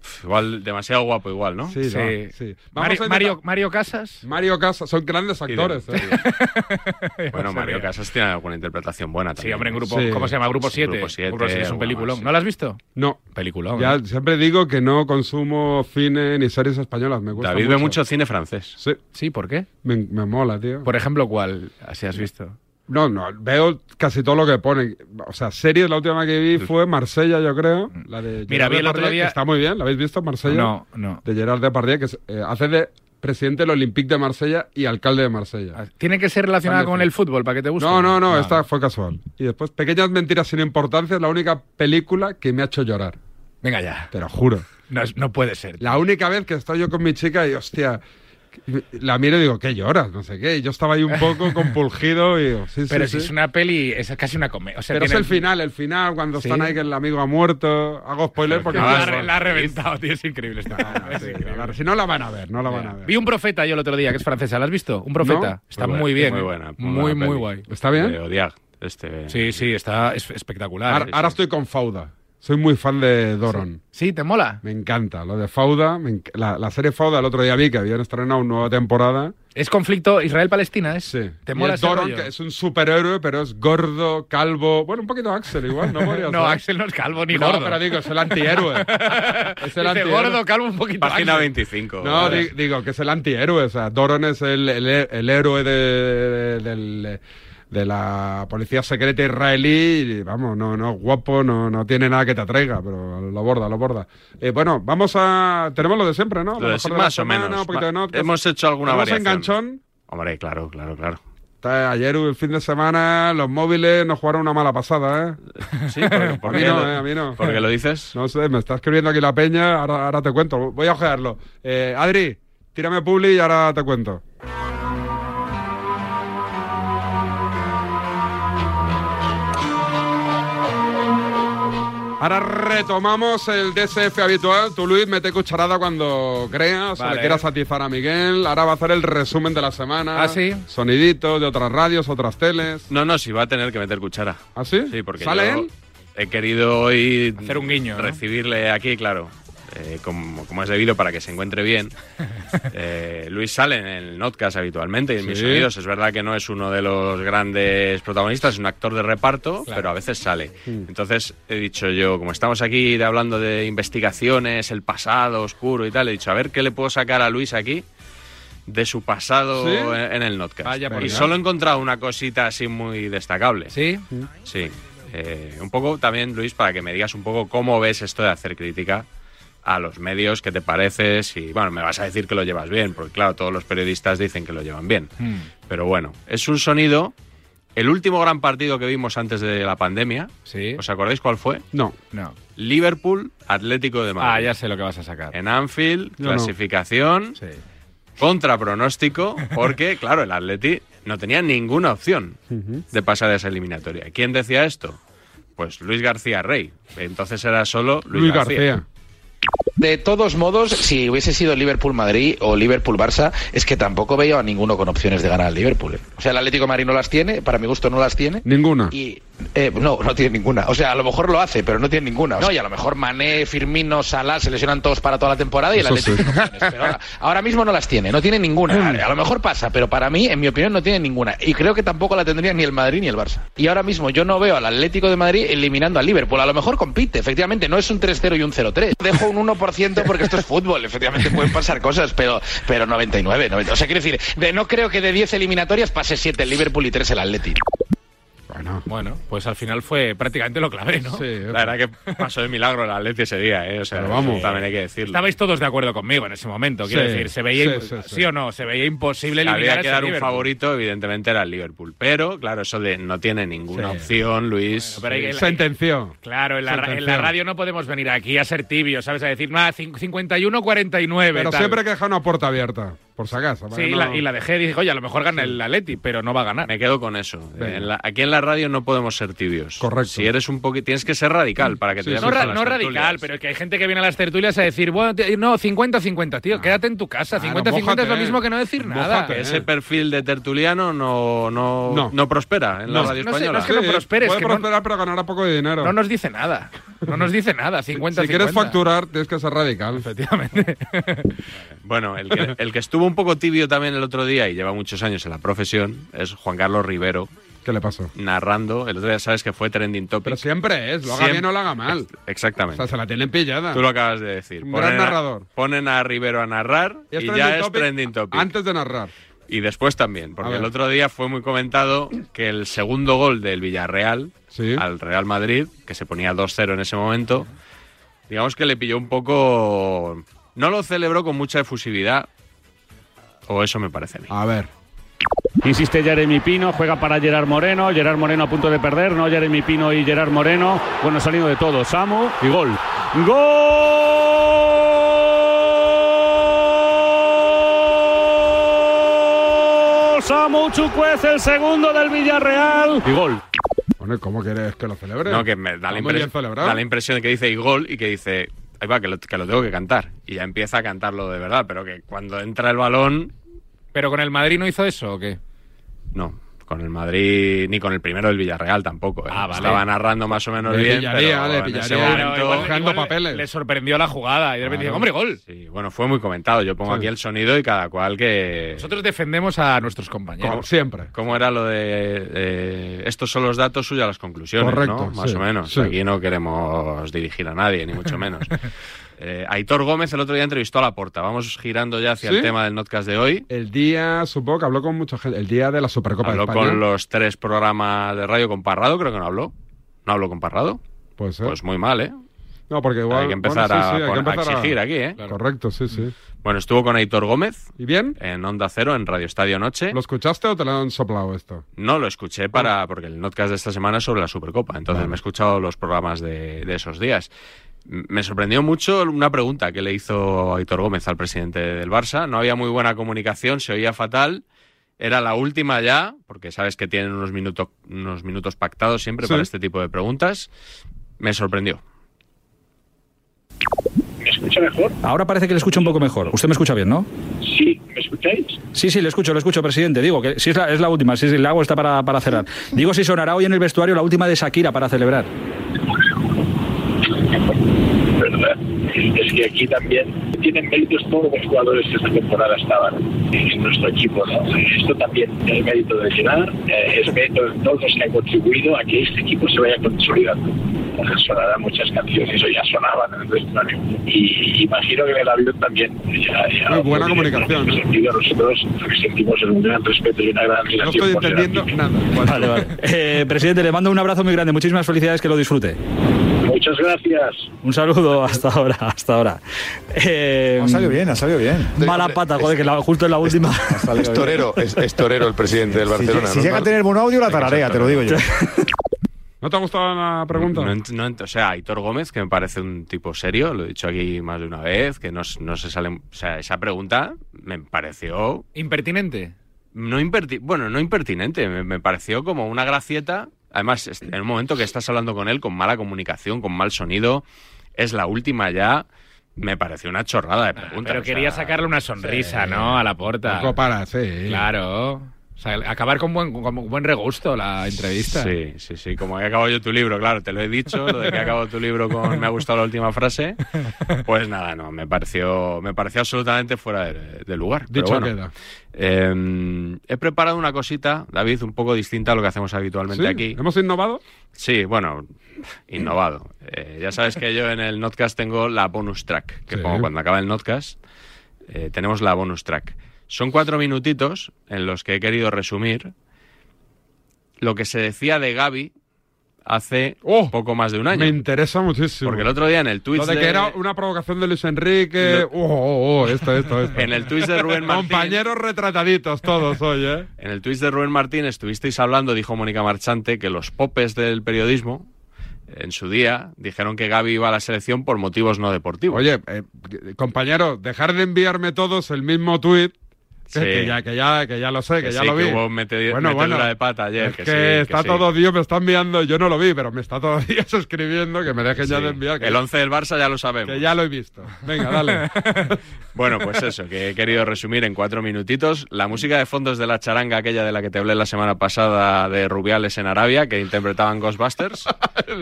Speaker 2: Pf, Igual, demasiado guapo, igual, ¿no?
Speaker 1: Sí,
Speaker 3: Sí.
Speaker 1: no, sí. Vamos
Speaker 3: Mario,
Speaker 1: a intentar-
Speaker 3: Mario, Mario Casas.
Speaker 1: Mario Casas, son grandes
Speaker 2: Y de-
Speaker 1: actores. ¿eh?
Speaker 2: Bueno, Mario Casas tiene alguna interpretación buena también.
Speaker 3: Sí, hombre, en grupo.
Speaker 1: Sí.
Speaker 3: ¿Cómo se llama? Grupo
Speaker 2: Sí,
Speaker 3: 7.
Speaker 2: Grupo siete,
Speaker 3: es un
Speaker 2: alguna
Speaker 3: peliculón.
Speaker 2: más, sí.
Speaker 3: ¿No lo has visto?
Speaker 1: No,
Speaker 3: Peliculón.
Speaker 1: ya
Speaker 3: ¿eh?
Speaker 1: siempre digo que no consumo cine ni series españolas. Me gusta
Speaker 2: David ve mucho cine francés.
Speaker 1: Sí,
Speaker 3: Sí, ¿por qué?
Speaker 1: me, me mola, tío.
Speaker 3: Por ejemplo, ¿cuál? Así has visto.
Speaker 1: No, no, veo casi todo lo que pone. O sea, series, la última que vi fue Marsella, yo
Speaker 3: Mm.
Speaker 1: creo. La de
Speaker 3: Mira,
Speaker 1: Gerard
Speaker 3: vi el otro
Speaker 1: Depardieu,
Speaker 3: día-
Speaker 1: que Está muy bien, ¿la habéis visto, Marsella?
Speaker 3: No, no.
Speaker 1: De Gerard Depardieu, que es, eh, hace de presidente del Olympique de Marsella y alcalde de Marsella.
Speaker 3: Ah, Tiene que ser relacionada
Speaker 1: Cambio
Speaker 3: con
Speaker 1: de-
Speaker 3: el fútbol para que te guste.
Speaker 1: No, no, no,
Speaker 3: Vale.
Speaker 1: esta fue casual. Y después, Pequeñas Mentiras sin Importancia es la única película que me ha hecho llorar.
Speaker 3: Venga ya.
Speaker 1: Te lo juro.
Speaker 3: No, es- no puede ser.
Speaker 1: La única vez que estoy yo con mi chica y, hostia, la miro y digo, ¿qué lloras? No sé qué. Y yo estaba ahí un
Speaker 3: (laughs)
Speaker 1: poco compulgido y digo, sí,
Speaker 3: Pero
Speaker 1: sí,
Speaker 3: si
Speaker 1: sí.
Speaker 3: es una peli, es casi una comedia. O sea,
Speaker 1: Pero es
Speaker 3: tiene-
Speaker 1: el final, el final, cuando
Speaker 3: Sí.
Speaker 1: están ahí que el amigo ha muerto. Hago spoiler porque...
Speaker 2: Ah,
Speaker 3: La,
Speaker 2: bueno.
Speaker 3: la ha reventado, tío. Es increíble. esta- es
Speaker 1: Ah, Sí,
Speaker 3: increíble.
Speaker 1: claro, si no la van a ver, no la van a ver.
Speaker 3: Vi un profeta yo el otro día, que es francesa. ¿La has visto? Un profeta.
Speaker 1: No.
Speaker 3: Está
Speaker 2: Muy buena,
Speaker 3: muy bien.
Speaker 2: muy
Speaker 3: ¿eh?
Speaker 2: buena, muy
Speaker 3: Muy,
Speaker 2: buena
Speaker 3: muy
Speaker 2: peli.
Speaker 3: guay.
Speaker 1: ¿Está bien?
Speaker 2: De Odiag, este.
Speaker 3: Sí, sí, está es- espectacular.
Speaker 1: ahora,
Speaker 3: ¿eh?
Speaker 1: ahora estoy con Fauda. Soy muy fan de Doron.
Speaker 3: Sí, ¿te mola?
Speaker 1: Me encanta. Lo de Fauda, me enc- la, la serie Fauda el otro día vi que habían estrenado una nueva temporada.
Speaker 3: Es conflicto Israel-Palestina, ¿es?
Speaker 1: Sí.
Speaker 3: ¿Te
Speaker 1: Y
Speaker 3: mola
Speaker 1: es
Speaker 3: ese
Speaker 1: Doron,
Speaker 3: rollo?
Speaker 1: que es un superhéroe, pero es gordo, calvo. Bueno, un poquito Axel igual, ¿no? Podría
Speaker 3: (laughs) No,
Speaker 1: ser.
Speaker 3: Axel no es calvo ni
Speaker 1: no,
Speaker 3: gordo.
Speaker 1: pero digo, es
Speaker 3: (laughs)
Speaker 1: el antihéroe. es el
Speaker 3: Dice,
Speaker 1: antihéroe.
Speaker 3: gordo, calvo, un poquito.
Speaker 2: Página
Speaker 3: Axel.
Speaker 2: 25.
Speaker 1: No,
Speaker 2: Vale.
Speaker 1: di- digo que es el antihéroe. O sea, Doron es el, el, el héroe de, de- del- de la policía secreta israelí. y, vamos, no, no, es guapo, no, no tiene nada que te atraiga, pero lo borda, lo borda. Eh, bueno, vamos a. Tenemos lo de siempre, ¿no?
Speaker 2: Lo de-
Speaker 1: mejor de la
Speaker 2: más o
Speaker 1: semana,
Speaker 2: menos.
Speaker 1: un poquito de
Speaker 2: Va-
Speaker 1: notas.
Speaker 2: Hemos hecho alguna
Speaker 1: Tenemos
Speaker 2: variación.
Speaker 1: enganchón.
Speaker 2: Hombre, claro, claro, claro.
Speaker 1: Está Ayer el fin de semana, los móviles nos jugaron una mala pasada, ¿eh?
Speaker 2: Sí, (laughs) porque,
Speaker 1: A mí no, eh, a mí no.
Speaker 2: ¿Por qué lo dices?
Speaker 1: No sé, me está escribiendo aquí la peña, ahora, ahora te cuento. Voy a ojearlo. Eh, Adri, tírame publi y ahora te cuento. Ahora retomamos el DSF habitual. Tú, Luis, mete cucharada cuando creas o
Speaker 3: Vale.
Speaker 1: le quieras atizar a Miguel. Ahora va a hacer el resumen de la semana.
Speaker 3: Ah, ¿sí?
Speaker 1: Soniditos de otras radios, otras teles.
Speaker 2: No, no, si va a tener que meter cuchara.
Speaker 1: ¿Así?
Speaker 2: Sí, porque
Speaker 1: ¿Sale
Speaker 2: yo
Speaker 1: él?
Speaker 2: he querido hoy
Speaker 3: Hacer un guiño, ¿no?
Speaker 2: recibirle aquí, claro, eh, como, como es debido para que se
Speaker 3: (laughs)
Speaker 2: encuentre bien. Eh, Luis sale en el Notcast habitualmente y en mis
Speaker 1: Sí.
Speaker 2: sonidos. Es verdad que no es uno de los grandes protagonistas, es un actor de reparto, pero a veces sale.
Speaker 4: Hmm.
Speaker 2: Entonces he dicho yo, como estamos aquí de- hablando de investigaciones, el pasado oscuro y tal, he dicho, a ver qué le puedo sacar a Luis aquí de su pasado
Speaker 1: ¿Sí?
Speaker 2: en, en el Notcast.
Speaker 3: Vaya por
Speaker 2: y
Speaker 3: Dios.
Speaker 2: solo he encontrado una cosita así muy destacable.
Speaker 3: ¿Sí?
Speaker 2: Sí. Eh, un poco también, Luis, para que me digas un poco cómo ves esto de hacer crítica a los medios, qué te parece, si, bueno, me vas a decir que lo llevas bien, porque claro, todos los periodistas dicen que lo llevan bien.
Speaker 3: Mm.
Speaker 2: Pero bueno, es un sonido, el último gran partido que vimos antes de la pandemia,
Speaker 3: ¿Sí?
Speaker 2: ¿os acordáis cuál fue?
Speaker 1: No.
Speaker 3: no.
Speaker 2: Liverpool, Atlético de
Speaker 3: Ah,
Speaker 2: Madrid.
Speaker 3: ya sé lo que vas a sacar.
Speaker 2: En Anfield,
Speaker 1: Yo no.
Speaker 2: clasificación,
Speaker 3: Sí.
Speaker 2: contra pronóstico, porque (laughs) claro, el Atleti no tenía ninguna opción de pasar a esa eliminatoria. ¿Quién decía esto? Pues Luis García Rey. Entonces era solo Luis,
Speaker 1: Luis García.
Speaker 5: De todos modos, si hubiese sido Liverpool-Madrid o Liverpool-Barça, es que tampoco veía a ninguno con opciones de ganar al Liverpool. ¿eh? O sea, el Atlético de Madrid no las tiene, para mi gusto no las tiene.
Speaker 1: Ninguna.
Speaker 5: Y eh, no, no tiene ninguna. O sea, a lo mejor lo hace, pero no tiene ninguna. O sea, no, y a lo mejor Mané, Firmino, Salah se lesionan todos para toda la temporada y el
Speaker 1: Eso
Speaker 5: Atlético
Speaker 1: sí.
Speaker 5: tiene opciones. Pero ahora, ahora mismo no las tiene, no tiene
Speaker 1: (clears throat)
Speaker 5: ninguna. A lo mejor pasa, pero para mí, en mi opinión, no tiene ninguna. Y creo que tampoco la tendría ni el Madrid ni el Barça. Y ahora mismo yo no veo al Atlético de Madrid eliminando al Liverpool. A lo mejor compite, efectivamente, no es un 3-0 y un 0-3. Dejo un 1% porque esto es fútbol, efectivamente pueden pasar cosas, pero, pero 99, 90. O sea, quiero decir, de- no creo que de 10 eliminatorias pase 7 el Liverpool y 3 el Atlético.
Speaker 1: Bueno.
Speaker 3: Bueno, pues al final fue prácticamente lo clave, ¿no?
Speaker 1: Sí,
Speaker 2: La verdad que pasó de milagro el Atleti ese día, ¿eh? O sea,
Speaker 1: Pero vamos.
Speaker 2: eso también hay que decirlo.
Speaker 3: Estabais todos de acuerdo conmigo en ese momento, quiero
Speaker 1: Sí,
Speaker 3: decir, se veía
Speaker 1: sí,
Speaker 3: sí,
Speaker 1: sí, sí.
Speaker 3: o no, se veía imposible
Speaker 2: Si
Speaker 3: eliminar a
Speaker 2: había que
Speaker 3: ese
Speaker 2: dar un
Speaker 3: Liverpool.
Speaker 2: favorito, evidentemente era el Liverpool. Pero, claro, eso de no tiene ninguna
Speaker 1: Sí.
Speaker 2: opción, Luis.
Speaker 3: Bueno, pero hay que-
Speaker 1: sentenció.
Speaker 3: Claro, en la, ra- en la
Speaker 1: Sentenciado.
Speaker 3: radio no podemos venir aquí a ser tibios, ¿sabes? A decir, nada, 51-49.
Speaker 1: Pero
Speaker 3: tal".
Speaker 1: siempre que deja una puerta abierta, por si acaso. para
Speaker 3: Sí,
Speaker 1: que
Speaker 3: y
Speaker 1: no-
Speaker 3: la, y la dejé y dije, oye, a lo mejor gana el Atleti, pero no va a ganar.
Speaker 2: Me quedo con eso.
Speaker 1: Venga.
Speaker 2: En la- aquí en la radio no podemos ser tibios.
Speaker 1: Correcto.
Speaker 2: Si eres un poquito. Tienes que ser radical para que
Speaker 1: Sí,
Speaker 2: te
Speaker 1: sí,
Speaker 3: No,
Speaker 2: llamen
Speaker 3: ra-
Speaker 2: a las
Speaker 3: no
Speaker 2: tertulias.
Speaker 3: radical, pero es que hay gente que viene a las tertulias a decir, bueno, te- no, 50-50, tío, quédate en tu casa.
Speaker 1: Ah. Claro, eh.
Speaker 3: 50-50 es lo
Speaker 1: mójate,
Speaker 3: mismo que no decir nada.
Speaker 1: mójate.
Speaker 2: Ese perfil de tertuliano no, no,
Speaker 1: No.
Speaker 2: no prospera en la
Speaker 1: No.
Speaker 2: radio
Speaker 3: No sé,
Speaker 2: española.
Speaker 3: no sé, que prospere, es
Speaker 1: puede
Speaker 3: que no-
Speaker 1: prosperar, pero ganará poco de dinero.
Speaker 3: No nos dice nada. No nos dice nada, 50-50.
Speaker 1: si quieres facturar, tienes que ser radical.
Speaker 3: Efectivamente.
Speaker 2: Bueno, el que, el que estuvo un poco tibio también el otro día y lleva muchos años en la profesión es Juan Carlos Rivero,
Speaker 1: ¿Qué le pasó?
Speaker 2: narrando. El otro día sabes que fue trending topic.
Speaker 1: Pero siempre es, lo haga
Speaker 2: Siempre-
Speaker 1: bien o lo haga mal.
Speaker 2: Exactamente.
Speaker 1: O sea, se la tienen pillada.
Speaker 2: Tú lo acabas de decir.
Speaker 1: Un gran
Speaker 2: a-
Speaker 1: narrador.
Speaker 2: ponen a Rivero a narrar y,
Speaker 1: es
Speaker 2: ya es trending topic.
Speaker 1: Antes de narrar.
Speaker 2: Y después también,
Speaker 1: A
Speaker 2: porque
Speaker 1: ver.
Speaker 2: el otro día fue muy comentado que el segundo gol del Villarreal
Speaker 1: Sí.
Speaker 2: al Real Madrid, que se ponía 2-0 en ese momento, digamos que le pilló un poco... No lo celebró con mucha efusividad, o eso me parece a mí.
Speaker 1: A ver.
Speaker 6: Insiste Jeremy Pino, juega para Gerard Moreno, Gerard Moreno a punto de perder, no Jeremy Pino y Gerard Moreno. Bueno, saliendo de todo, Samu y gol. ¡Gol! Samu Chukwuez, el segundo del Villarreal. Y gol.
Speaker 1: Bueno, ¿y ¿cómo quieres que lo celebre?
Speaker 2: No, que me da la,
Speaker 1: Está muy
Speaker 2: impres-
Speaker 1: bien celebrado.
Speaker 2: da la impresión de que dice y gol y que dice, ahí va, que lo, que lo tengo que cantar. Y ya empieza a cantarlo de verdad, pero que cuando entra el balón,
Speaker 3: ¿Pero con el Madrid no hizo eso o qué?
Speaker 2: no. Con el Madrid, ni con el primero del Villarreal tampoco. ¿eh?
Speaker 3: Ah, vale.
Speaker 2: Estaba narrando más o menos
Speaker 1: Le
Speaker 2: bien.
Speaker 1: pillaría,
Speaker 2: pero
Speaker 1: le
Speaker 2: en ese
Speaker 1: pillaría. Claro,
Speaker 2: momento-
Speaker 1: igual- Buscando papeles.
Speaker 3: Le sorprendió la jugada y de repente
Speaker 1: Claro.
Speaker 3: dice, hombre, gol.
Speaker 2: Sí, bueno, fue muy comentado. Yo pongo
Speaker 1: Sí.
Speaker 2: aquí el sonido y cada cual que.
Speaker 3: Nosotros defendemos a nuestros compañeros.
Speaker 1: Como siempre.
Speaker 2: ¿Cómo era lo de eh, estos son los datos suyas las conclusiones?
Speaker 1: Correcto,
Speaker 2: ¿no? Más
Speaker 1: sí,
Speaker 2: o menos.
Speaker 1: sí.
Speaker 2: Aquí no queremos dirigir a nadie, ni
Speaker 1: (laughs)
Speaker 2: mucho menos. Eh, Aitor Gómez el otro día entrevistó a la porta. Vamos girando ya hacia
Speaker 1: ¿Sí?
Speaker 2: el tema del podcast de hoy.
Speaker 1: El día, supongo que habló con mucha gente. El día de la Supercopa
Speaker 2: habló
Speaker 1: de España.
Speaker 2: con los tres programas de radio con Parrado, creo que no habló. ¿No habló con Parrado?
Speaker 1: Puede ser.
Speaker 2: Pues muy mal, ¿eh?
Speaker 1: no, porque igual.
Speaker 2: hay que empezar,
Speaker 1: bueno, sí, sí, hay
Speaker 2: a,
Speaker 1: que
Speaker 2: pon- a
Speaker 1: empezar a-
Speaker 2: exigir aquí, ¿eh? Mm.
Speaker 1: Correcto, sí, sí.
Speaker 2: Bueno, estuvo con Aitor Gómez
Speaker 1: ¿Y bien?
Speaker 2: en Onda Cero, en Radio Estadio Noche.
Speaker 1: ¿Lo escuchaste o te lo han soplado esto?
Speaker 2: No lo
Speaker 7: Ah.
Speaker 2: escuché para porque el podcast de esta semana es sobre la Supercopa, entonces
Speaker 1: Vale.
Speaker 2: me he escuchado los programas de, de esos días. M- Me sorprendió mucho una pregunta que le hizo Aitor Gómez al presidente del Barça. No había muy buena comunicación, se oía fatal. Era la última ya, porque sabes que tienen unos, minutos unos minutos pactados siempre
Speaker 1: Sí.
Speaker 2: para este tipo de preguntas. Me sorprendió.
Speaker 8: ¿Me escucha mejor?
Speaker 9: Ahora parece que le escucho un poco mejor. Usted me escucha bien, ¿no?
Speaker 8: Sí, ¿me escucháis?
Speaker 9: Sí, sí, le escucho, le escucho, presidente. Digo que si es la, es la última, si, si la hago está para, para cerrar. Digo si sonará hoy en el vestuario la última de Shakira para celebrar.
Speaker 8: ¿Verdad? Es que aquí también tienen méritos todos los jugadores que esta temporada estaban en nuestro equipo. ¿no? Esto también es mérito de Gerard, eh, es mérito de todos los que han contribuido a que este equipo se vaya consolidando. Sonarán muchas canciones, o ya sonaban en el vestuario. Y imagino que en el avión también. ya- ya- pues,
Speaker 1: Muy buena comunicación,
Speaker 8: En
Speaker 1: ¿no?
Speaker 8: ese sentido, nosotros lo que sentimos es un gran respeto y una gran
Speaker 1: No
Speaker 8: admiración.
Speaker 1: estoy
Speaker 8: por Gerard
Speaker 1: entendiendo
Speaker 8: Piqué.
Speaker 2: (laughs)
Speaker 1: nada.
Speaker 9: Vale, vale. Eh, presidente, le mando un abrazo muy grande. Muchísimas felicidades, que lo disfrute.
Speaker 8: Muchas gracias.
Speaker 9: Un saludo hasta ahora, hasta ahora. Eh,
Speaker 7: Ha salido bien, ha salido bien.
Speaker 9: Mala pata, joder, que la- justo en la última.
Speaker 7: Ha salido
Speaker 10: Es
Speaker 7: bien.
Speaker 10: torero, es, es torero el presidente del
Speaker 7: Si-
Speaker 10: Barcelona.
Speaker 7: Si,
Speaker 10: ¿no?
Speaker 7: llega a tener buen audio, la tararea, te lo digo yo.
Speaker 1: ¿No te ha gustado la pregunta?
Speaker 2: No ent- no ent- o sea, Aitor Gómez, que me parece un tipo serio, lo he dicho aquí más de una vez, que no, s- no se sale... O sea, esa pregunta me pareció
Speaker 3: Impertinente.
Speaker 2: no imperti- bueno, no impertinente, me, me pareció como una gracieta Además, est- en un momento que estás hablando con él con mala comunicación, con mal sonido, es la última ya. Me pareció una chorrada de pregunta.
Speaker 11: Pero
Speaker 2: o sea,
Speaker 11: quería sacarle una sonrisa, ¿no? A la porta.
Speaker 1: Poco para, sí.
Speaker 11: Claro. O sea, acabar con buen, con buen regusto la entrevista.
Speaker 2: Sí, sí, sí. Como he acabado yo tu libro, claro, te lo he dicho, lo de que he acabado tu
Speaker 11: (laughs)
Speaker 2: libro con me ha gustado la última frase. Pues nada, no, me pareció, me pareció absolutamente fuera de, de lugar. Pero
Speaker 1: Dicho
Speaker 2: bueno,
Speaker 1: queda.
Speaker 2: eh, he preparado una cosita, David, un poco distinta a lo que hacemos habitualmente
Speaker 1: Sí,
Speaker 2: aquí.
Speaker 1: ¿Hemos innovado?
Speaker 2: Sí, bueno, innovado. Eh, ya sabes que yo en el Notcast tengo la bonus track, que
Speaker 1: Sí.
Speaker 2: pongo cuando acaba el Notcast. eh, tenemos la bonus track. Son cuatro minutitos en los que he querido resumir lo que se decía de Gaby hace
Speaker 1: Oh,
Speaker 2: poco más de un
Speaker 1: Me
Speaker 2: año.
Speaker 1: interesa muchísimo.
Speaker 2: Porque el otro día en el tweet
Speaker 1: Lo de que era una provocación de Luis Enrique.
Speaker 2: Lo-
Speaker 1: Oh, oh, oh, esto, esto, esto.
Speaker 2: en el tuit de Rubén Martín.
Speaker 1: Compañeros retrataditos todos hoy, ¿eh?
Speaker 2: En el tuit de Rubén Martín estuvisteis hablando, dijo Mónica Marchante, que los popes del periodismo en su día dijeron que Gaby iba a la selección por motivos no deportivos.
Speaker 1: Oye, eh, compañeros, dejar de enviarme todos el mismo tuit. Que,
Speaker 2: Sí.
Speaker 1: que ya, que, ya, que ya lo sé, que,
Speaker 2: Que
Speaker 1: ya
Speaker 2: sí,
Speaker 1: lo
Speaker 2: que
Speaker 1: vi.
Speaker 2: hubo mete- metedura de pata
Speaker 1: Es
Speaker 2: ayer, que
Speaker 1: que,
Speaker 2: sí, que
Speaker 1: está
Speaker 2: sí.
Speaker 1: todo Dios, me está enviando, yo no lo vi, pero me está todo Dios escribiendo que me dejen ya
Speaker 2: Sí.
Speaker 1: de enviar. Que,
Speaker 2: El 11 del Barça ya lo sabemos.
Speaker 1: que ya lo he visto. Venga,
Speaker 2: (laughs)
Speaker 1: dale.
Speaker 2: Bueno, pues eso, que he querido resumir en cuatro minutitos. La música de fondos de la charanga, aquella de la que te hablé la semana pasada de Rubiales en Arabia, que
Speaker 1: (laughs)
Speaker 2: interpretaban Ghostbusters,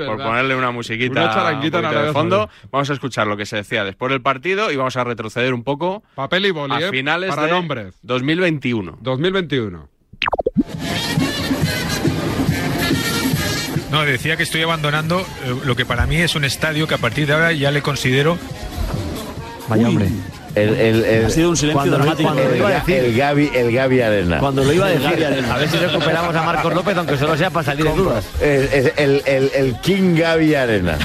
Speaker 2: por ponerle una musiquita
Speaker 1: Una charanguita
Speaker 2: un
Speaker 1: en
Speaker 2: poquito de
Speaker 1: Arabia
Speaker 2: fondo.
Speaker 1: Saudí.
Speaker 2: Vamos a escuchar lo que se decía después del partido y vamos a retroceder un poco
Speaker 1: Papel y boli,
Speaker 2: a
Speaker 1: ¿eh?
Speaker 2: finales
Speaker 1: Para
Speaker 2: de
Speaker 1: nombres.
Speaker 2: 2021.
Speaker 1: 2021.
Speaker 3: No, decía que estoy abandonando eh, lo que para mí es un estadio que a partir de ahora ya le considero
Speaker 4: Vaya hombre. El, el, el-
Speaker 9: Ha sido un silencio
Speaker 4: cuando,
Speaker 9: dramático.
Speaker 4: Cuando lo iba a decir.
Speaker 5: El Gaby, el Gaby Arena.
Speaker 4: Cuando lo iba a decir. A ver si recuperamos a Marcos López, aunque solo sea para salir de dudas.
Speaker 5: Es- Eh, es el, el- el King Gaby Arena.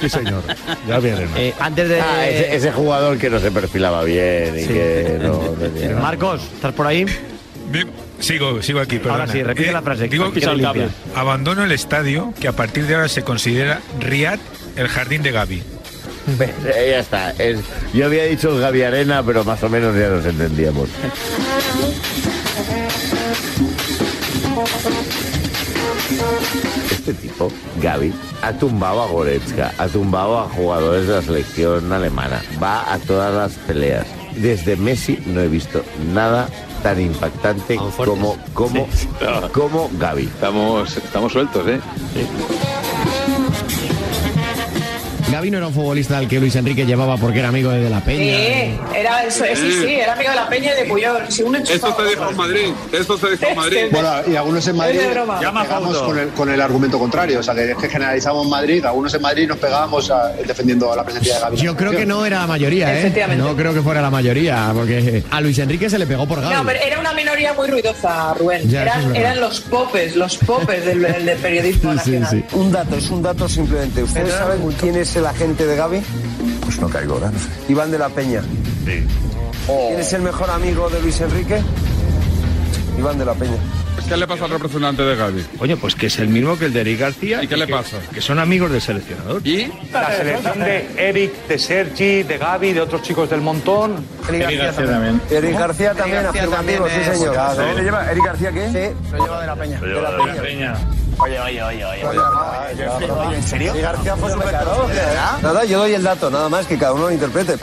Speaker 12: Sí, señor. Ya vienen.
Speaker 4: Eh, antes de.
Speaker 5: Ah, ese, ese jugador que no se perfilaba bien y
Speaker 4: Sí.
Speaker 5: que
Speaker 4: (laughs)
Speaker 5: no tenía-
Speaker 4: Marcos, ¿estás por ahí?
Speaker 3: Bien, Sigo, sigo aquí, perdona.
Speaker 4: Ahora sí, repite
Speaker 3: Eh,
Speaker 4: la frase.
Speaker 3: Digo,
Speaker 4: que lo limpia.
Speaker 3: abandono el estadio que a partir de ahora se considera Riad el jardín de Gaby.
Speaker 5: Eh, ya está. Es- yo había dicho Gaby Arena, pero más o menos ya nos entendíamos. Este tipo, Gaby, ha tumbado a Goretzka, ha tumbado a jugadores de la selección alemana, va a todas las peleas. Desde Messi no he visto nada tan impactante
Speaker 4: Aún fuertes.
Speaker 5: como, como, como Gaby.
Speaker 13: Estamos, estamos sueltos, ¿eh?
Speaker 4: Gaby no era un futbolista al que Luis Enrique llevaba porque era amigo de, De La Peña.
Speaker 14: era eso,
Speaker 1: eso sí,
Speaker 14: era amigo de la Peña y de Puyol. Si uno
Speaker 1: Esto te dijo en Madrid. Esto te dijo en Madrid.
Speaker 14: Bueno,
Speaker 12: y algunos en
Speaker 14: Madrid Es de broma.
Speaker 12: pegamos con el, con el argumento contrario. O sea, que, generalizamos Madrid, algunos en Madrid nos pegábamos defendiendo la presencia de Gaby.
Speaker 4: Yo creo que no era la mayoría, ¿eh?
Speaker 14: Efectivamente.
Speaker 4: No creo que fuera la mayoría, porque a Luis Enrique se le pegó por Gaby.
Speaker 14: No, pero era una minoría muy ruidosa, Rubén.
Speaker 4: Ya, eso es
Speaker 14: eran,
Speaker 4: verdad.
Speaker 14: eran los popes, los
Speaker 5: Pues
Speaker 14: popes del, del periodismo
Speaker 4: Sí, sí,
Speaker 14: nacional.
Speaker 4: sí.
Speaker 12: Un dato, es un dato simplemente. ¿Ustedes saben quién es el agente de Gaby? Pues no Oh. caigo, ¿verdad? Iván de la Peña. Sí. ¿Quién es el mejor amigo de Luis Enrique? Iván de la Peña.
Speaker 1: ¿Qué le pasa al representante de Gaby?
Speaker 9: Oye, pues que es el mismo que el de Eric García.
Speaker 1: ¿Y qué le pasa?
Speaker 9: Que son amigos del seleccionador.
Speaker 1: ¿Y?
Speaker 3: La
Speaker 5: Eh,
Speaker 3: selección de Eric, de Sergi, de Gaby, de otros chicos del montón.
Speaker 12: Eric García también. Eric García también,
Speaker 4: García
Speaker 12: afirma
Speaker 4: también
Speaker 12: amigos, sí
Speaker 4: es-
Speaker 12: señor.
Speaker 4: Cuidado.
Speaker 12: ¿También le lleva Eric García qué?
Speaker 4: Sí, lo lleva De La Peña.
Speaker 12: ¿En serio? Eric García fue supertador. Nada, yo doy el dato, nada más que cada uno lo interprete.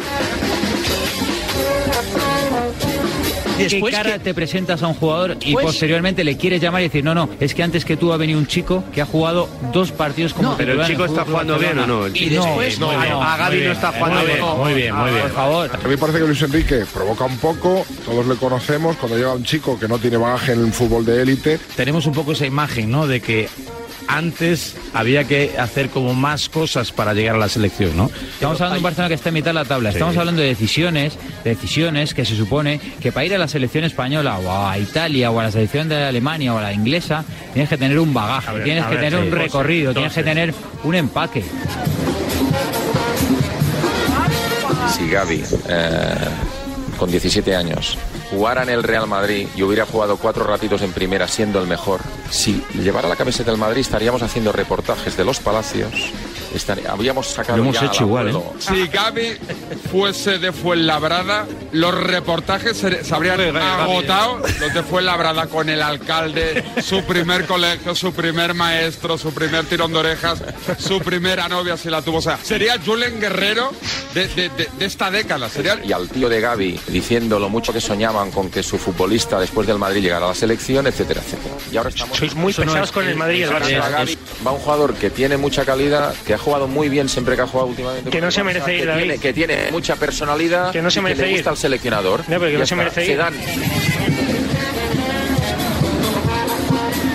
Speaker 4: Después
Speaker 14: cara
Speaker 4: te presentas a un jugador y
Speaker 14: Pues-
Speaker 4: posteriormente le quieres llamar y decir, no, no, es que antes que tú ha venido un chico que ha jugado dos partidos como
Speaker 9: Pero el chico está jugando bien o no. El
Speaker 4: Y
Speaker 9: chico-
Speaker 4: después
Speaker 9: No,
Speaker 4: a- a Gavi
Speaker 9: muy bien,
Speaker 4: no está jugando
Speaker 9: Muy bien, Ah.
Speaker 4: bien.
Speaker 9: muy bien, muy bien.
Speaker 4: Por favor.
Speaker 5: A mí parece que Luis Enrique provoca un poco, todos le conocemos, cuando llega un chico que no tiene bagaje en el fútbol de élite,
Speaker 9: tenemos un poco esa imagen, ¿no? De que antes había que hacer como más cosas para llegar a la selección, ¿no?
Speaker 4: Estamos hablando de un Barcelona que está en mitad de la tabla. Estamos hablando de decisiones, de decisiones que se supone que para ir a la selección española o a Italia o a la selección de Alemania o a la inglesa, tienes que tener un bagaje, tienes que tener un recorrido, tienes que tener un empaque.
Speaker 13: Si Gaby, eh, con 17 años, jugara en el Real Madrid y hubiera jugado cuatro ratitos en primera siendo el mejor, si llevara la camiseta del Madrid estaríamos haciendo reportajes de los palacios, estar- habíamos sacado
Speaker 15: Lo hemos
Speaker 13: ya
Speaker 15: hecho
Speaker 13: al
Speaker 15: igual, ¿eh?
Speaker 13: acuerdo.
Speaker 1: Si Gaby fuese de Fuenlabrada, los reportajes se, se habrían agotado. Los de Fuenlabrada con el alcalde, su primer colegio, su primer maestro, su primer tirón de orejas, su primera novia si la tuvo. O sea, sería Julen Guerrero de, de- de- de esta década. Sería
Speaker 13: Y al tío de Gaby diciendo lo mucho que soñaban con que su futbolista después del Madrid llegara a la selección, etcétera, etcétera. Y ahora estamos.
Speaker 16: Sois muy Eso no pesados es- con el Madrid y el Barça.
Speaker 13: A Gavi Va un jugador que tiene mucha calidad, que ha jugado muy bien siempre que ha jugado últimamente.
Speaker 16: Que no
Speaker 13: con el
Speaker 16: se
Speaker 13: Barça,
Speaker 16: merece ir,
Speaker 13: que
Speaker 16: David.
Speaker 13: tiene, que tiene mucha personalidad.
Speaker 16: Que no se
Speaker 13: y
Speaker 16: merece
Speaker 13: le gusta
Speaker 16: ir.
Speaker 13: al seleccionador.
Speaker 16: No, pero que
Speaker 13: Ya
Speaker 16: no se
Speaker 13: está.
Speaker 16: merece ir.
Speaker 13: Zidane,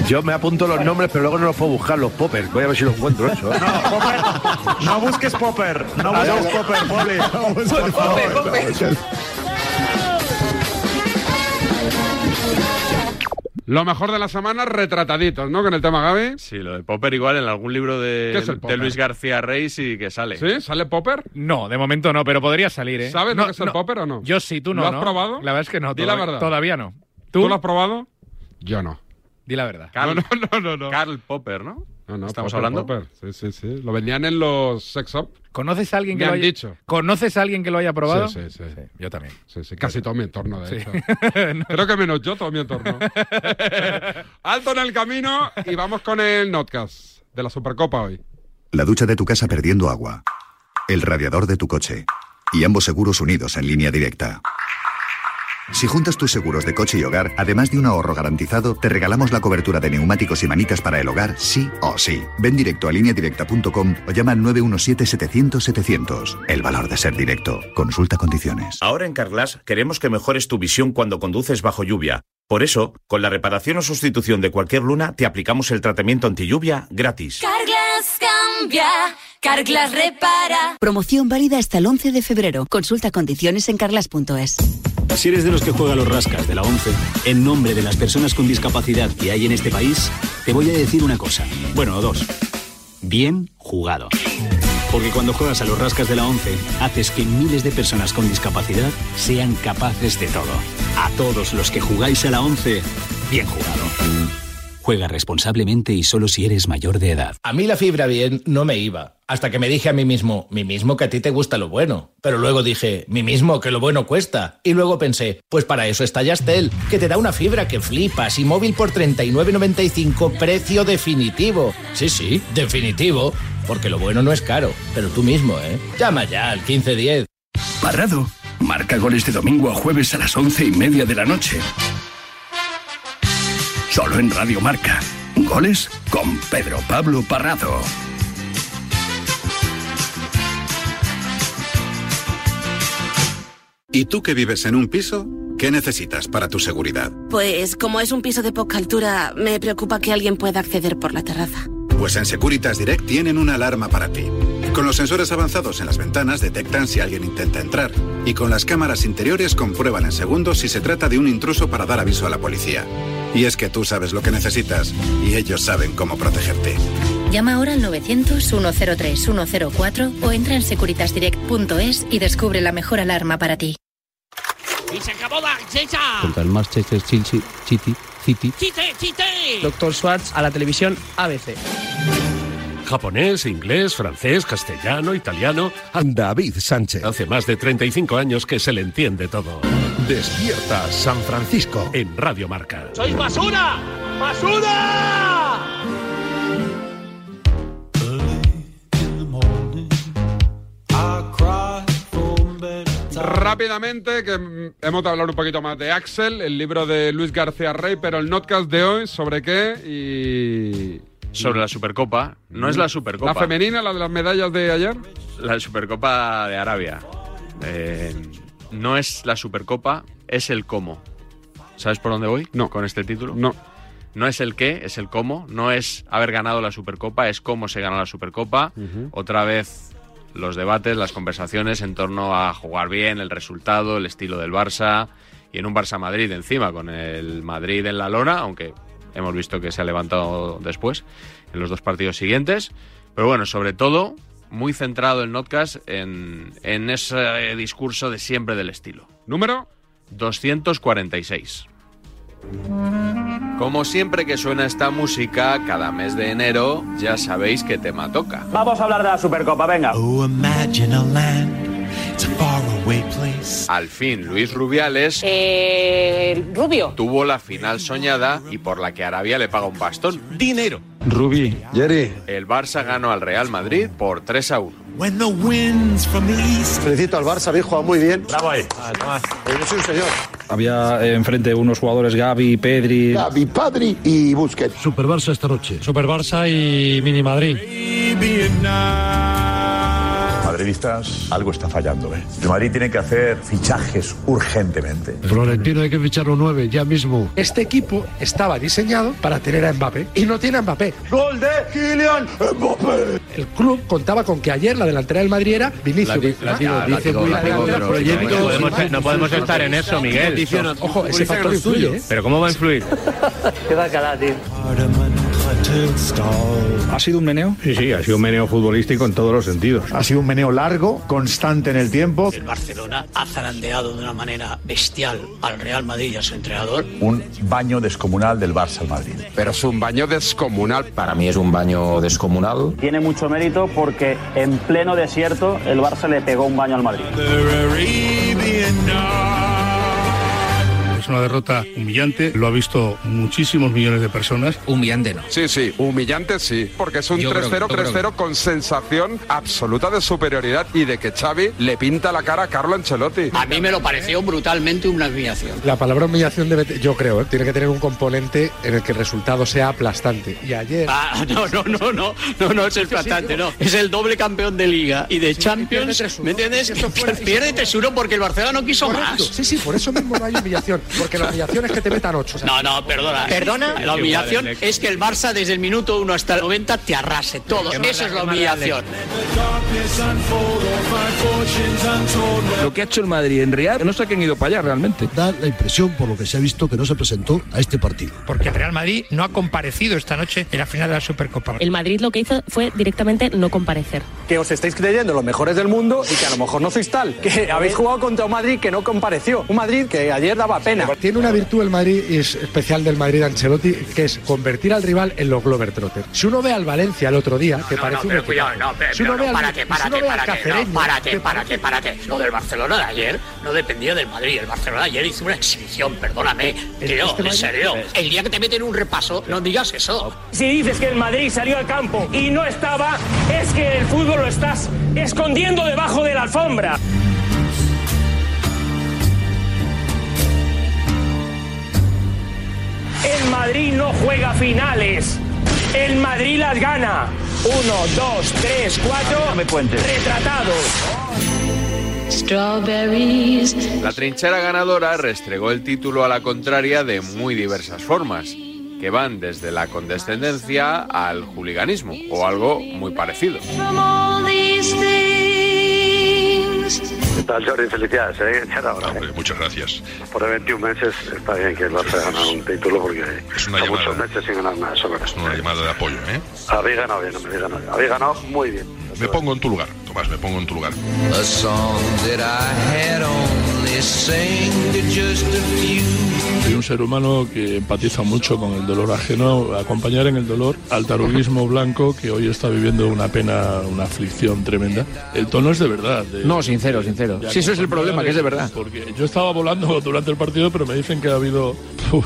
Speaker 15: Yo me apunto los nombres, pero luego no los puedo buscar, los poppers. Voy a ver si los encuentro. eso.
Speaker 14: (laughs) No busques Popper, no busques Popper, Poli. (laughs) No busques Popper.
Speaker 1: lo mejor de la semana, retrataditos, ¿no? Con el tema Gaby.
Speaker 2: Sí, lo de Popper igual en algún libro
Speaker 1: ¿Qué es el
Speaker 2: de, de
Speaker 1: Popper?
Speaker 2: Luis García Reis y que sale.
Speaker 1: ¿Sí? ¿Sale Popper?
Speaker 3: No, de momento no, pero podría salir, ¿eh?
Speaker 1: ¿Sabes
Speaker 3: no,
Speaker 1: lo que es el
Speaker 3: no.
Speaker 1: Popper o no?
Speaker 3: Yo sí, tú no.
Speaker 1: ¿Lo has
Speaker 3: ¿no?
Speaker 1: probado?
Speaker 3: La verdad es que no.
Speaker 1: Di
Speaker 3: toda-
Speaker 1: la verdad.
Speaker 3: Todavía no.
Speaker 1: ¿Tú? lo has probado? Yo no.
Speaker 3: Di la verdad.
Speaker 1: No, no, no, no, no.
Speaker 2: Karl Popper, ¿no?
Speaker 1: No, no,
Speaker 2: ¿Estamos
Speaker 1: Popper,
Speaker 2: hablando?
Speaker 1: Popper. Sí, sí, sí. Lo vendían en los sex shop.
Speaker 3: ¿Conoces a alguien que
Speaker 1: Me
Speaker 3: lo
Speaker 1: han
Speaker 3: haya
Speaker 1: dicho.
Speaker 3: ¿Conoces a alguien que lo haya probado?
Speaker 1: Sí, sí, sí.
Speaker 3: yo también.
Speaker 1: Sí, sí, casi todo mi entorno, de
Speaker 3: Sí. (laughs)
Speaker 1: hecho. (laughs) Creo que menos yo, todo mi entorno. Alto en el camino y vamos con el notcast de la Supercopa hoy.
Speaker 12: La ducha de tu casa perdiendo agua. El radiador de tu coche. Y ambos seguros unidos en línea directa. Si juntas tus seguros de coche y hogar, además de un ahorro garantizado, te regalamos la cobertura de neumáticos y manitas para el hogar, sí o sí. Ven directo a lineadirecta.com o llama al 917-700-700. El valor de ser directo. Consulta condiciones.
Speaker 17: Ahora en Carglass queremos que mejores tu visión cuando conduces bajo lluvia. Por eso, con la reparación o sustitución de cualquier luna, te aplicamos el tratamiento antilluvia gratis.
Speaker 8: Carglas cambia, Carglas repara.
Speaker 18: Promoción válida hasta el 11 de febrero. Consulta condiciones en carlas.es.
Speaker 9: Si eres de los que juega a los rascas de la 11, en nombre de las personas con discapacidad que hay en este país, te voy a decir una cosa. Bueno, dos. Bien jugado. Porque cuando juegas a los rascas de la 11, haces que miles de personas con discapacidad sean capaces de todo. A todos los que jugáis a la 11, bien jugado. Juega responsablemente y solo si eres mayor de edad.
Speaker 19: A mí la fibra bien no me iba, hasta que me dije a mí mismo, mí mismo que a ti te gusta lo bueno. Pero luego dije, mí mismo que lo bueno cuesta. Y luego pensé, pues para eso está Yastel, que te da una fibra que flipas y móvil por 39.95 precio definitivo. Sí, sí, definitivo, porque lo bueno no es caro, pero tú mismo, ¿eh? Llama ya al 1510.
Speaker 20: Parrado marca goles de domingo a jueves a las once y media de la noche. Solo en Radio Marca. Goles con Pedro Pablo Parrado.
Speaker 21: ¿Y tú que vives en un piso? ¿Qué necesitas para tu seguridad?
Speaker 22: Pues como es un piso de poca altura, me preocupa que alguien pueda acceder por la terraza.
Speaker 21: Pues en Securitas Direct tienen una alarma para ti. Con los sensores avanzados en las ventanas detectan si alguien intenta entrar y con las cámaras interiores comprueban en segundos si se trata de un intruso para dar aviso a la policía. Y es que tú sabes lo que necesitas y ellos saben cómo protegerte.
Speaker 23: Llama ahora al 900-103-104 o entra en securitasdirect.es y descubre la mejor alarma para ti.
Speaker 5: ¡Y se acabó la chicha!
Speaker 24: contra el Manchester City, City, City.
Speaker 5: ¡Chite, chite!
Speaker 24: Doctor Schwartz a la televisión ABC.
Speaker 25: Japonés, inglés, francés, castellano, italiano. David Sánchez. Hace más de 35 años que se le entiende todo. Despierta San Francisco en Radio Marca.
Speaker 5: ¡Sois basura! ¡Basura!
Speaker 1: Rápidamente, que mm, hemos de hablar un poquito más de Axel, el libro de Luis García Rey, pero el notcast de hoy, ¿sobre qué? Y...
Speaker 2: Sobre la Supercopa. No es la Supercopa.
Speaker 1: ¿La femenina, la de las medallas de ayer?
Speaker 2: La Supercopa de Arabia. Eh, no es la Supercopa, es el cómo. ¿Sabes por dónde voy? No. ¿Con este título?
Speaker 1: No.
Speaker 2: No es el qué, es el cómo. No es haber ganado la Supercopa, es cómo se ganó la Supercopa. Otra vez los debates, las conversaciones en torno a jugar bien, el resultado, el estilo del Barça. Y en un Barça-Madrid encima, con el Madrid en la lona, aunque hemos visto que se ha levantado después en los dos partidos siguientes. Pero bueno, sobre todo, muy centrado el Notcast en, en ese discurso de siempre del estilo.
Speaker 1: ¿Número?
Speaker 2: 246. Como siempre que suena esta música, cada mes de enero ya sabéis qué tema toca.
Speaker 26: Vamos a hablar de la Supercopa, venga.
Speaker 2: Al fin, Luis Rubiales
Speaker 27: Rubio.
Speaker 2: tuvo la final soñada y por la que Arabia le paga un bastón. Dinero.
Speaker 28: Rubí, Jerry.
Speaker 2: El Barça ganó al Real Madrid por 3 a 1.
Speaker 28: Felicito al Barça, habéis jugado muy bien.
Speaker 2: Bravo ahí.
Speaker 28: soy un señor.
Speaker 4: Había eh, enfrente unos jugadores Gaby, Pedri.
Speaker 28: Gaby, Padri y Busquets.
Speaker 4: Super Barça esta noche.
Speaker 29: Super Barça y Mini Madrid.
Speaker 12: Madridistas, algo está fallando. ¿eh? El Madrid tiene que hacer fichajes urgentemente.
Speaker 29: Florentino hay que fichar un 9 ya mismo.
Speaker 3: Este equipo estaba diseñado para tener a Mbappé y no tiene a Mbappé.
Speaker 28: ¡Gol de Kylian Mbappé!
Speaker 3: El club contaba con que ayer la delantera del Madrid era Vinicius. Benzema. Ah, la delantera proyecto-
Speaker 30: No podemos- no podemos estar en eso, Miguel.
Speaker 3: Ojo, ese factor influye. ¿eh?
Speaker 30: Pero ¿cómo va a influir?
Speaker 3: (laughs) Qué bacalá, tío.
Speaker 4: ¿Ha sido un meneo?
Speaker 3: Sí, sí, ha sido un meneo futbolístico en todos los sentidos. Ha sido un meneo largo, constante en el tiempo.
Speaker 5: El Barcelona ha zarandeado de una manera bestial al Real Madrid y a su entrenador.
Speaker 31: Un baño descomunal del Barça al Madrid. Pero es un baño descomunal. Para mí es un baño descomunal.
Speaker 26: Tiene mucho mérito porque en pleno desierto el Barça le pegó un baño al Madrid.
Speaker 29: Es una derrota humillante, lo ha visto muchísimos millones de personas. Humillante no.
Speaker 1: Sí, sí, humillante sí, porque es un
Speaker 29: Yo creo que-
Speaker 1: 3-0,
Speaker 29: yo creo que-
Speaker 1: 3-0 con sensación absoluta de superioridad y de que Xavi le pinta la cara a Carlo Ancelotti.
Speaker 5: A mí me lo pareció brutalmente una humillación.
Speaker 3: La palabra humillación debe, te- yo creo, ¿eh? tiene que tener un componente en el que el resultado sea aplastante. Y ayer.
Speaker 5: Ah, no, no, no, no, no, no, eso es bastante, no. Es el doble campeón de Liga y de Champions, ¿me entiendes? (laughs) Pierde tesoro porque el Barcelona no quiso
Speaker 3: Correcto.
Speaker 5: más.
Speaker 3: Sí, sí, por eso mismo no hay humillación. Porque la humillación es que te metan ocho. o sea,
Speaker 5: No, no, perdona.
Speaker 3: ¿Perdona?
Speaker 5: La humillación es que el Barça desde el minuto 1 hasta el 90 te arrase todo.
Speaker 3: Qué
Speaker 5: Eso
Speaker 3: mala-
Speaker 5: es la
Speaker 3: qué mala
Speaker 5: humillación.
Speaker 9: Lo que ha hecho el Madrid en Real, no sé quién ha ido para allá realmente. Da la impresión, por lo que se ha visto, que no se presentó a este partido. Porque el Real Madrid no ha comparecido esta noche en la final de la Supercopa.
Speaker 23: El Madrid lo que hizo fue directamente no comparecer.
Speaker 9: Que os estáis creyendo los mejores del mundo y que a lo mejor no sois tal. Que habéis jugado contra un Madrid que no compareció. Un Madrid que ayer daba pena.
Speaker 3: Tiene una virtud el Madrid y es especial del Madrid de Ancelotti, que es convertir al rival en los Globetrotter. Si uno ve al Valencia el otro día, que
Speaker 5: No,
Speaker 3: parece un
Speaker 5: pero
Speaker 3: equipo-
Speaker 5: cuidado, no, pero,
Speaker 3: Si uno
Speaker 5: pero
Speaker 3: ve
Speaker 5: no,
Speaker 3: al-
Speaker 5: párate,
Speaker 3: si uno
Speaker 5: párate,
Speaker 3: ve al
Speaker 5: párate,
Speaker 3: Cacereño-
Speaker 5: no, párate, párate, párate. Lo del Barcelona de ayer no dependía del Madrid. El Barcelona de ayer hizo una exhibición, perdóname, tío,
Speaker 9: este
Speaker 5: en
Speaker 9: Madrid-
Speaker 5: serio.
Speaker 3: Pues
Speaker 5: El día que te meten un repaso, no digas eso.
Speaker 9: Si dices que el Madrid salió al campo y no estaba, es que el fútbol lo estás escondiendo debajo de la alfombra. El Madrid no juega finales. El Madrid las gana. Uno, dos, tres, cuatro. Retratados.
Speaker 8: Strawberries.
Speaker 2: La trinchera ganadora restregó el título a la contraria de muy diversas formas, que van desde la condescendencia al juliganismo, o algo muy parecido.
Speaker 8: From all these things. ¿Qué tal, Jordi? Felicidades, ¿eh? Ya era hora.
Speaker 32: Pues Muchas gracias.
Speaker 8: Por 21 meses está bien que el Barça ganado un título porque
Speaker 32: Es una
Speaker 8: a
Speaker 32: llamada.
Speaker 8: muchos meses sin ganar nada. Eso es
Speaker 32: Una llamada de apoyo, ¿eh?
Speaker 8: Habéis ganado bien, habéis ganado bien. Habéis ganado muy bien.
Speaker 32: Me pongo en tu lugar, Tomás, me pongo en tu lugar.
Speaker 13: Soy un ser humano que empatiza mucho con el dolor ajeno, acompañar en el dolor al taruguismo blanco que hoy está viviendo una pena, una aflicción tremenda. El tono es de verdad. de-
Speaker 33: No, sincero, sincero.
Speaker 13: de
Speaker 33: Si eso es el
Speaker 13: acompañar
Speaker 33: problema, que es de verdad.
Speaker 13: Porque yo estaba volando durante el partido, pero me dicen que ha habido uf,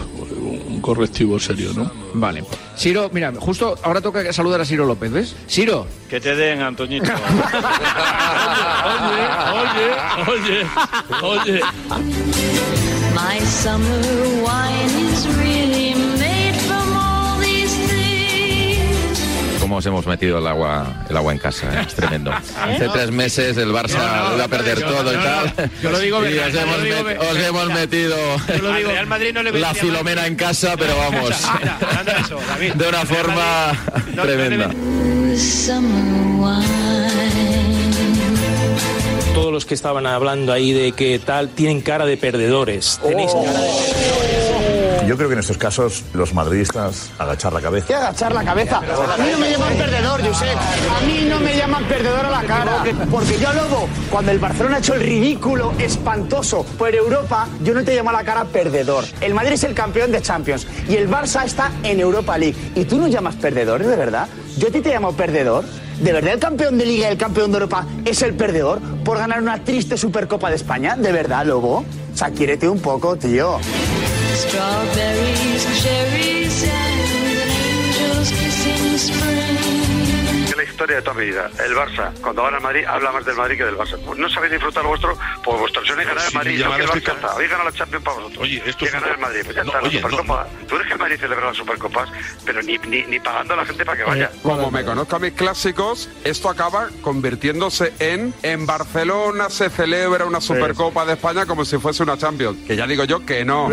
Speaker 13: un correctivo serio, ¿no?
Speaker 33: Vale. Siro, mira, justo ahora toca saludar a Siro López, ¿ves? Siro.
Speaker 32: Que te den, Antoñito.
Speaker 13: Oye, oye, oye.
Speaker 8: My summer wine is really made from all these things.
Speaker 13: ¿Cómo os hemos metido el agua, el agua en casa? eh? Es tremendo. Hace tres meses el Barça lo iba a perder todo y tal.
Speaker 32: yo lo digo
Speaker 13: (laughs) Y
Speaker 32: verdad,
Speaker 13: os
Speaker 32: yo
Speaker 13: hemos,
Speaker 32: lo digo
Speaker 13: met-
Speaker 32: ver-
Speaker 13: os hemos metido (laughs)
Speaker 32: Al Real Madrid no le
Speaker 13: la
Speaker 32: vendría mal.
Speaker 13: filomena en casa, pero vamos,
Speaker 32: (laughs)
Speaker 13: de una forma tremenda.
Speaker 8: The summer wine.
Speaker 9: Todos los que Oh. estaban hablando ahí de que tal tienen cara de perdedores. Tenéis cara de perdedores.
Speaker 12: yo creo que en estos casos los madridistas agachar la cabeza.
Speaker 5: que agachar la cabeza. A mí no me llaman perdedor, Josep. A mí no me llaman perdedor a la cara. Porque yo, Lobo, cuando el Barcelona ha hecho el ridículo espantoso por Europa, yo no te llamo a la cara perdedor. El Madrid es el campeón de Champions y el Barça está en Europa League. Y tú no llamas perdedor, de verdad. Yo a ti te llamo perdedor. ¿De verdad el campeón de Liga y el campeón de Europa es el perdedor por ganar una triste Supercopa de España? ¿De verdad, Lobo? O sea, quiérete un poco, tío.
Speaker 8: Es la historia de toda mi vida. El Barça, cuando gana el Madrid, habla más del Madrid que del Barça. Pues no sabéis disfrutar lo vuestro, pues vuestra opción es ganar el
Speaker 34: Sí,
Speaker 8: Madrid.
Speaker 34: ya
Speaker 8: no que el
Speaker 34: me
Speaker 8: Barça
Speaker 34: explica.
Speaker 8: está. Habéis ganado la Champions para vosotros. Oye,
Speaker 34: esto es
Speaker 8: ganar
Speaker 34: un-
Speaker 8: el Madrid. Pues ya
Speaker 34: No,
Speaker 8: está,
Speaker 34: oye,
Speaker 8: la Supercopa. Tú eres que el Madrid celebra las Supercopas, pero ni, ni, ni pagando a la gente para que vaya.
Speaker 1: Eh,
Speaker 5: Eh,
Speaker 1: Como me conozco a mis clásicos, esto acaba convirtiéndose en en Barcelona se celebra una Supercopa de España como si fuese una Champions. Que ya digo yo que no.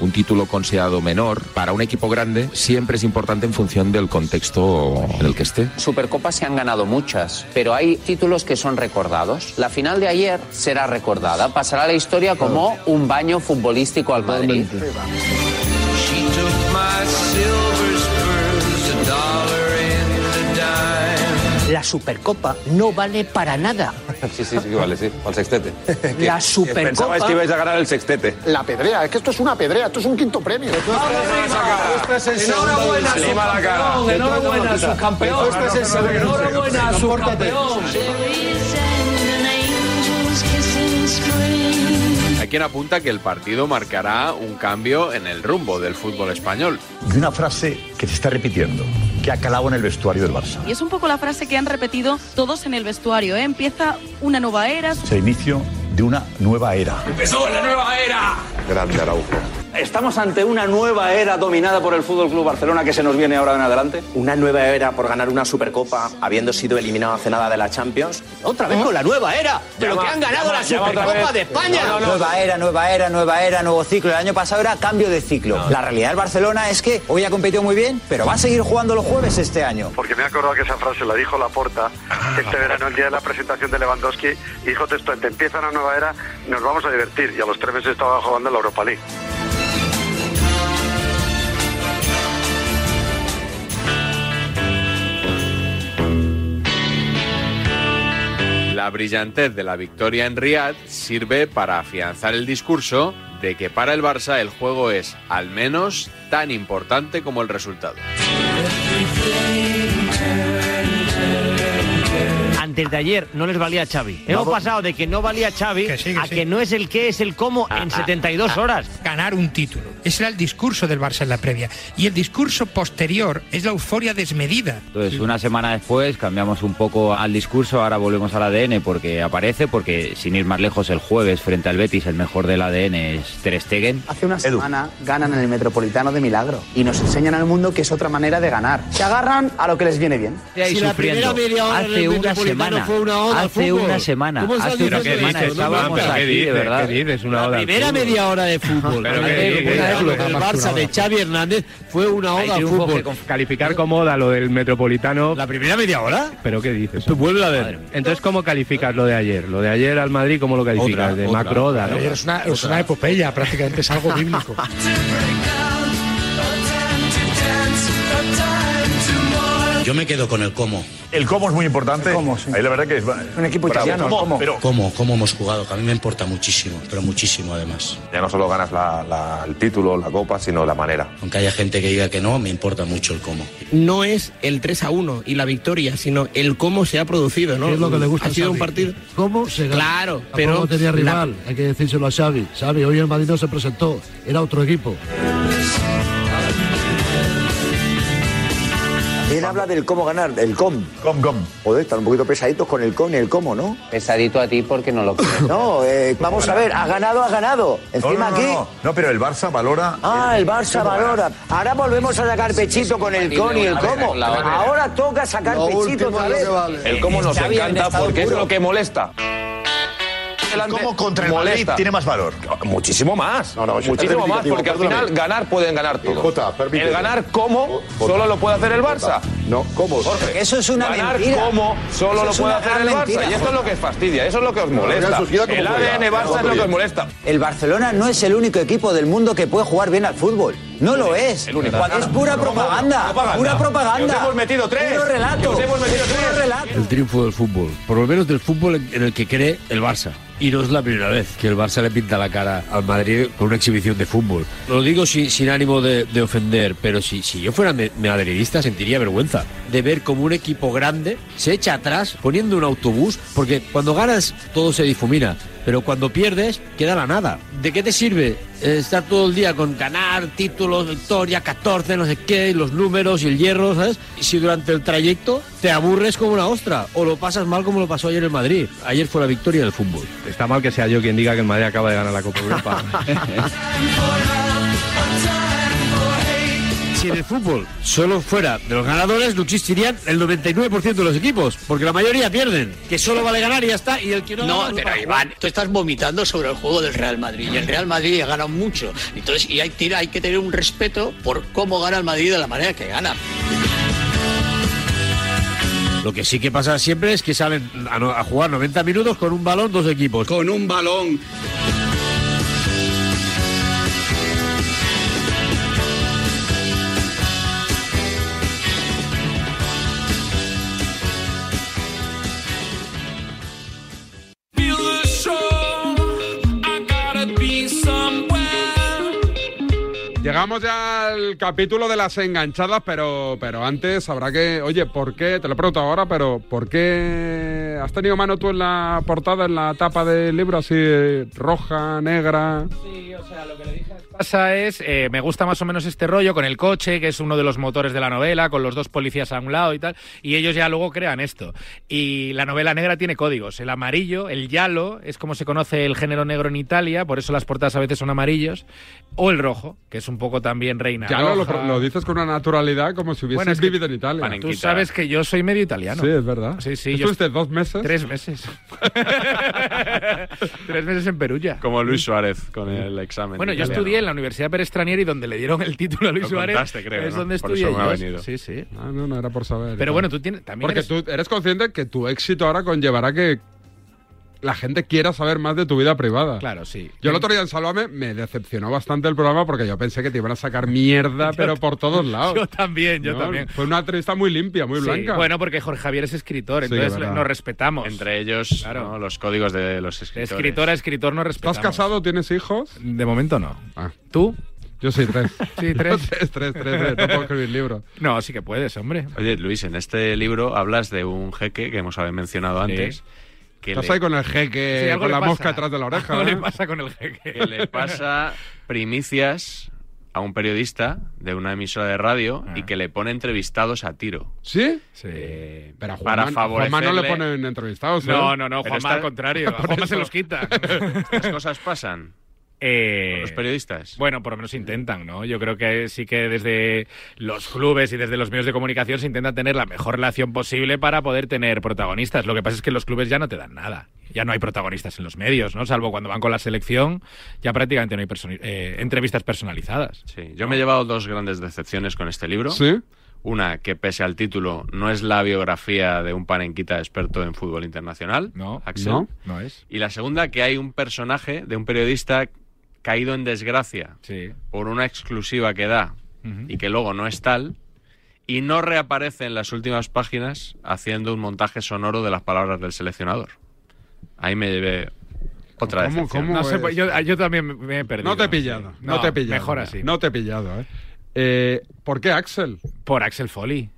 Speaker 13: Un título considerado menor para un equipo grande siempre es importante en función del contexto en el que esté.
Speaker 9: Supercopas se han ganado muchas, pero hay títulos que son recordados. La final de ayer será recordada, pasará a la historia como un baño futbolístico al Madrid.
Speaker 5: La Supercopa no vale para nada.
Speaker 9: Sí, sí, sí, vale, sí. Al sextete. (laughs)
Speaker 5: La Supercopa-
Speaker 9: Pensabais que ibais a ganar el sextete.
Speaker 5: La pedrea, es que esto es una pedrea, esto es un quinto premio.
Speaker 9: Enhorabuena, subcampeón. Enhorabuena, subcampeón.
Speaker 35: Enhorabuena, subcampeón.
Speaker 2: Hay quien apunta que el partido marcará un cambio en el rumbo del fútbol español.
Speaker 12: Y una frase que se está repitiendo, que ha calado en el vestuario del Barça.
Speaker 36: Y es un poco la frase que han repetido todos en el vestuario, ¿eh? Empieza una nueva era.
Speaker 12: Es el inicio de una nueva era.
Speaker 9: Empezó la nueva era.
Speaker 12: Grande Araujo.
Speaker 9: Estamos ante una nueva era dominada por el Fútbol Club Barcelona que se nos viene ahora en adelante. Una nueva era por ganar una Supercopa, habiendo sido eliminado hace nada de la Champions.
Speaker 14: Otra vez con la nueva era. Pero
Speaker 9: Llama,
Speaker 14: que han ganado
Speaker 9: llama,
Speaker 14: la
Speaker 9: llama otra vez.
Speaker 14: Supercopa de España.
Speaker 9: No, no, no.
Speaker 37: Nueva era, nueva era, nueva era, nuevo ciclo. El año pasado era cambio de ciclo. La realidad del Barcelona es que hoy ha competido muy bien, pero va a seguir jugando los jueves este año.
Speaker 8: Porque me he acordado que esa frase la dijo Laporta este verano, el día de la presentación de Lewandowski, y dijo textualmente, empieza una nueva era, nos vamos a divertir. Y a los tres meses estaba jugando en la Europa League.
Speaker 2: La brillantez de la victoria en Riyadh sirve para afianzar el discurso de que para el Barça el juego es al menos tan importante como el resultado.
Speaker 28: Antes de ayer no les valía Xavi. Hemos pasado de que no valía Xavi a que no es el qué, es el cómo en 72 horas. Ganar un título. Ese era el discurso del Barça en la previa. Y el discurso posterior es la euforia desmedida.
Speaker 4: Entonces, una semana después cambiamos un poco al discurso, ahora volvemos al ADN porque aparece, porque sin ir más lejos, el jueves frente al Betis, el mejor del ADN es Ter Stegen.
Speaker 5: Hace una semana ganan en el Metropolitano de Milagro y nos enseñan al mundo que es otra manera de ganar. Se agarran a lo que les viene bien.
Speaker 4: Ahí sufriendo. hace una semana, hace una semana,
Speaker 5: ¿Cómo
Speaker 28: Ah,
Speaker 5: estás
Speaker 4: hace una
Speaker 28: diciendo
Speaker 4: semana
Speaker 28: esto? No,
Speaker 4: estábamos
Speaker 28: pero ¿qué
Speaker 4: aquí, de
Speaker 28: dices?
Speaker 4: verdad.
Speaker 28: ¿Qué dices? Una oda al
Speaker 4: primera
Speaker 28: fútbol.
Speaker 38: (laughs)
Speaker 4: media
Speaker 28: hora de fútbol.
Speaker 4: Pero que- que-
Speaker 28: el
Speaker 4: que-
Speaker 28: Barça de Xavi Hernández fue una oda al fútbol.
Speaker 38: Calificar como oda lo del Metropolitano. ¿La
Speaker 28: primera media hora?
Speaker 38: ¿Pero qué dices? vuelve a ver. Entonces, ¿cómo calificas lo de ayer? Lo de ayer al Madrid, ¿cómo lo calificas?
Speaker 28: Otra,
Speaker 38: de
Speaker 28: otra.
Speaker 38: macro oda, ¿no?
Speaker 3: Es una, es una epopeya, prácticamente es algo bíblico.
Speaker 12: Yo me quedo con el cómo. El cómo es muy importante. Ahí la verdad que es un equipo
Speaker 39: italiano, ¿cómo?
Speaker 12: Pero
Speaker 39: ¿Cómo, ¿Cómo hemos jugado? Que a mí me importa muchísimo, pero muchísimo además.
Speaker 9: Ya no solo ganas la- la- el título, la copa, sino la manera.
Speaker 39: Aunque haya gente que diga que no, me importa mucho el cómo.
Speaker 28: No es el 3 a 1 y la victoria, sino el cómo se ha producido, ¿no?
Speaker 40: Es lo que le gusta
Speaker 28: Ha
Speaker 40: a
Speaker 28: sido
Speaker 40: Xavi.
Speaker 28: un partido.
Speaker 40: ¿Cómo se gana?
Speaker 28: Claro,
Speaker 40: Tampoco
Speaker 28: pero
Speaker 40: tenía
Speaker 28: la-
Speaker 40: rival, hay que decírselo a Xavi. Xavi, hoy el Madrid no se presentó, era otro equipo.
Speaker 9: Él habla del cómo ganar, el com. Com, com. Joder, están un poquito pesaditos con el com y el cómo, ¿no? Pesadito a ti porque
Speaker 5: (laughs)
Speaker 9: no lo crees. No, eh, vamos a ver, ha ganado, ha ganado. Encima
Speaker 12: no, no,
Speaker 9: aquí.
Speaker 12: No, no, pero el Barça valora.
Speaker 9: Ah, el Barça
Speaker 12: ¿Cómo
Speaker 9: valora.
Speaker 12: ganar?
Speaker 9: Ahora volvemos a sacar pechito con el con y el cómo. Ahora toca sacar
Speaker 12: Lo
Speaker 9: pechito
Speaker 12: último
Speaker 9: otra
Speaker 12: es lo
Speaker 9: vez.
Speaker 12: que vale.
Speaker 9: El cómo nos
Speaker 12: Xavi en
Speaker 9: encanta
Speaker 12: estado
Speaker 9: porque es
Speaker 12: puro.
Speaker 9: lo que molesta.
Speaker 5: delante
Speaker 12: ¿Cómo contra el Madrid
Speaker 5: molesta.
Speaker 12: tiene más valor?
Speaker 5: Muchísimo más. Muchísimo más, porque al final ganar pueden ganar todos.
Speaker 12: Jota, permíteme.
Speaker 5: el ganar como solo lo puede hacer el Barça.
Speaker 12: No, ¿cómo?
Speaker 5: Jorge, ganar como solo lo puede hacer el Barça. Y esto es lo que fastidia, eso es lo que os molesta. El ADN Barça es lo que os molesta.
Speaker 4: El Barcelona no es el único equipo del mundo que puede jugar bien al fútbol. No lo es.
Speaker 5: único.
Speaker 4: Cuando es pura propaganda. Pura propaganda.
Speaker 5: Que os hemos metido tres.
Speaker 4: Puro
Speaker 5: Que
Speaker 4: relato.
Speaker 5: os hemos metido
Speaker 4: Puro
Speaker 5: tres.
Speaker 4: relato.
Speaker 9: El triunfo del fútbol, por lo menos del fútbol en- en el que cree el Barça. Y no es la primera vez que el Barça le pinta la cara al Madrid con una exhibición de fútbol. Lo digo sin, sin ánimo de, de ofender, pero si, si yo fuera me- madridista sentiría vergüenza de ver como un equipo grande se echa atrás poniendo un autobús, porque cuando ganas todo se difumina, pero cuando pierdes queda la nada. ¿De qué te sirve eh, estar todo el día con ganar, títulos, victoria, 14, no sé qué, y los números y el hierro, ¿sabes? Y si durante el trayecto te aburres como una ostra o lo pasas mal como lo pasó ayer en Madrid. Ayer fue la victoria del fútbol.
Speaker 41: Está mal que sea yo quien diga que el Madrid acaba de ganar la Copa
Speaker 9: (laughs)
Speaker 41: Europa.
Speaker 9: Si en el fútbol solo fuera de los ganadores, no existirían el 99% de los equipos, porque la mayoría pierden, que solo vale ganar y ya está, y el que no...
Speaker 42: No,
Speaker 9: gana,
Speaker 42: pero Iván, tú estás vomitando sobre el juego del Real Madrid. Y el Real Madrid ha ganado mucho. Entonces, y hay, tira- hay que tener un respeto por cómo gana el Madrid de la manera que gana.
Speaker 9: Lo que sí que pasa siempre es que salen a, no- a jugar 90 minutos con un balón dos equipos. Con un balón.
Speaker 8: Feel the show. I gotta be somewhere.
Speaker 1: Llegamos ya al capítulo de las enganchadas, pero, pero antes habrá que. Oye, ¿por qué? Te lo pregunto ahora, pero ¿por qué has tenido mano tú en la portada, en la tapa del libro, así eh, roja, negra?
Speaker 3: pasa es, eh, me gusta más o menos este rollo con el coche, que es uno de los motores de la novela, con los dos policías a un lado y tal, y ellos ya luego crean esto. Y la novela negra tiene códigos, el amarillo, el yalo, es como se conoce el género negro en Italia, por eso las portadas a veces son amarillos, o el rojo, que es un poco también reina.
Speaker 1: Ya lo,
Speaker 3: roja.
Speaker 1: lo, lo dices con una naturalidad como si hubieses
Speaker 3: Bueno, es que
Speaker 1: vivido en Italia.
Speaker 3: Tú sabes que yo soy medio italiano.
Speaker 1: Sí, es verdad.
Speaker 3: Sí, sí. yo-
Speaker 1: ¿Estuviste dos meses?
Speaker 3: Tres
Speaker 2: (laughs)
Speaker 3: meses. Tres meses en Perugia.
Speaker 2: Como Luis Suárez con el examen.
Speaker 3: Bueno, yo
Speaker 2: italiano.
Speaker 3: estudié en la Universidad Perestranieri, donde le dieron el título a Luis
Speaker 2: Lo
Speaker 3: Suárez.
Speaker 2: contaste, creo,
Speaker 3: es
Speaker 2: ¿no?
Speaker 3: donde
Speaker 2: Por
Speaker 3: estudié.
Speaker 2: eso me ha
Speaker 3: yo.
Speaker 2: venido.
Speaker 3: Sí, sí.
Speaker 1: Ah, no, no era por saber.
Speaker 3: Pero bueno, tú tienes- también
Speaker 1: Porque
Speaker 3: eres-
Speaker 1: tú eres consciente que tu éxito ahora conllevará que la gente quiera saber más de tu vida privada.
Speaker 3: Claro, sí.
Speaker 1: Yo el otro día en Salvame me decepcionó bastante el programa porque yo pensé que te iban a
Speaker 3: (laughs)
Speaker 1: sacar mierda, pero por todos lados.
Speaker 3: Yo también, yo
Speaker 1: No,
Speaker 3: también.
Speaker 1: Fue una entrevista muy limpia, muy
Speaker 3: Sí,
Speaker 1: blanca.
Speaker 3: Bueno, porque Jorge Javier es escritor,
Speaker 1: Sí,
Speaker 3: entonces
Speaker 1: verdad.
Speaker 3: nos respetamos.
Speaker 2: Entre ellos, ¿no? los códigos de los
Speaker 3: De
Speaker 2: escritores.
Speaker 3: escritor a escritor nos respetamos.
Speaker 1: ¿Estás casado? ¿Tienes hijos?
Speaker 3: De momento no.
Speaker 1: ¿Tú? Yo soy
Speaker 3: (laughs)
Speaker 1: tres. (laughs)
Speaker 3: Sí, tres.
Speaker 1: tres, tres, tres. No puedo escribir libros.
Speaker 3: No, sí que puedes, hombre.
Speaker 2: Oye, Luis, en este libro hablas de un jeque que hemos mencionado
Speaker 3: Sí.
Speaker 2: antes. Que
Speaker 1: Estás
Speaker 2: le-
Speaker 1: ahí con el jeque,
Speaker 3: Sí, algo
Speaker 1: Eh, con
Speaker 3: le
Speaker 1: la
Speaker 3: pasa.
Speaker 1: mosca atrás de la oreja.
Speaker 3: Algo le
Speaker 1: ¿eh?
Speaker 3: pasa con el jeque?
Speaker 2: que
Speaker 3: (laughs)
Speaker 2: le pasa primicias a un periodista de una emisora de radio y que le pone entrevistados a tiro.
Speaker 1: Ah.
Speaker 2: Eh,
Speaker 1: ¿Sí?
Speaker 3: Sí.
Speaker 1: Pero a Juanma-
Speaker 2: para
Speaker 1: a Juanma no le
Speaker 2: favorecerle-
Speaker 1: ponen entrevistados. ¿eh?
Speaker 3: No, no, no,
Speaker 2: Pero
Speaker 3: Juanma
Speaker 2: está-
Speaker 3: al contrario. A
Speaker 1: (laughs)
Speaker 2: Por
Speaker 3: Juanma se
Speaker 2: eso.
Speaker 3: los quita.
Speaker 2: Estas cosas pasan.
Speaker 3: Eh,
Speaker 2: los periodistas.
Speaker 3: Bueno, por lo menos intentan, ¿no? Yo creo que sí que desde los clubes y desde los medios de comunicación se intenta tener la mejor relación posible para poder tener protagonistas. Lo que pasa es que los clubes ya no te dan nada. Ya no hay protagonistas en los medios, ¿no? Salvo cuando van con la selección, ya prácticamente no hay personi- eh, entrevistas personalizadas.
Speaker 2: Sí, yo me he llevado dos grandes decepciones con este libro.
Speaker 1: Sí.
Speaker 2: Una que, pese al título, no es la biografía de un panenquita experto en fútbol internacional,
Speaker 3: No,
Speaker 2: Axel.
Speaker 3: no, no es.
Speaker 2: Y la segunda, que hay un personaje de un periodista caído en desgracia
Speaker 3: Sí.
Speaker 2: por una exclusiva que da y que luego no es tal, y no reaparece en las últimas páginas haciendo un montaje sonoro de las palabras del seleccionador. Ahí me llevé otra vez.
Speaker 3: no sé, pues yo, yo también me- me he perdido.
Speaker 1: No te he pillado,
Speaker 3: Sí.
Speaker 1: no, te he pillado.
Speaker 3: Mejor
Speaker 1: Ya.
Speaker 3: así.
Speaker 1: No te he pillado, ¿eh? Eh, ¿Por qué Axel? Ah.
Speaker 3: Por Axel Foley.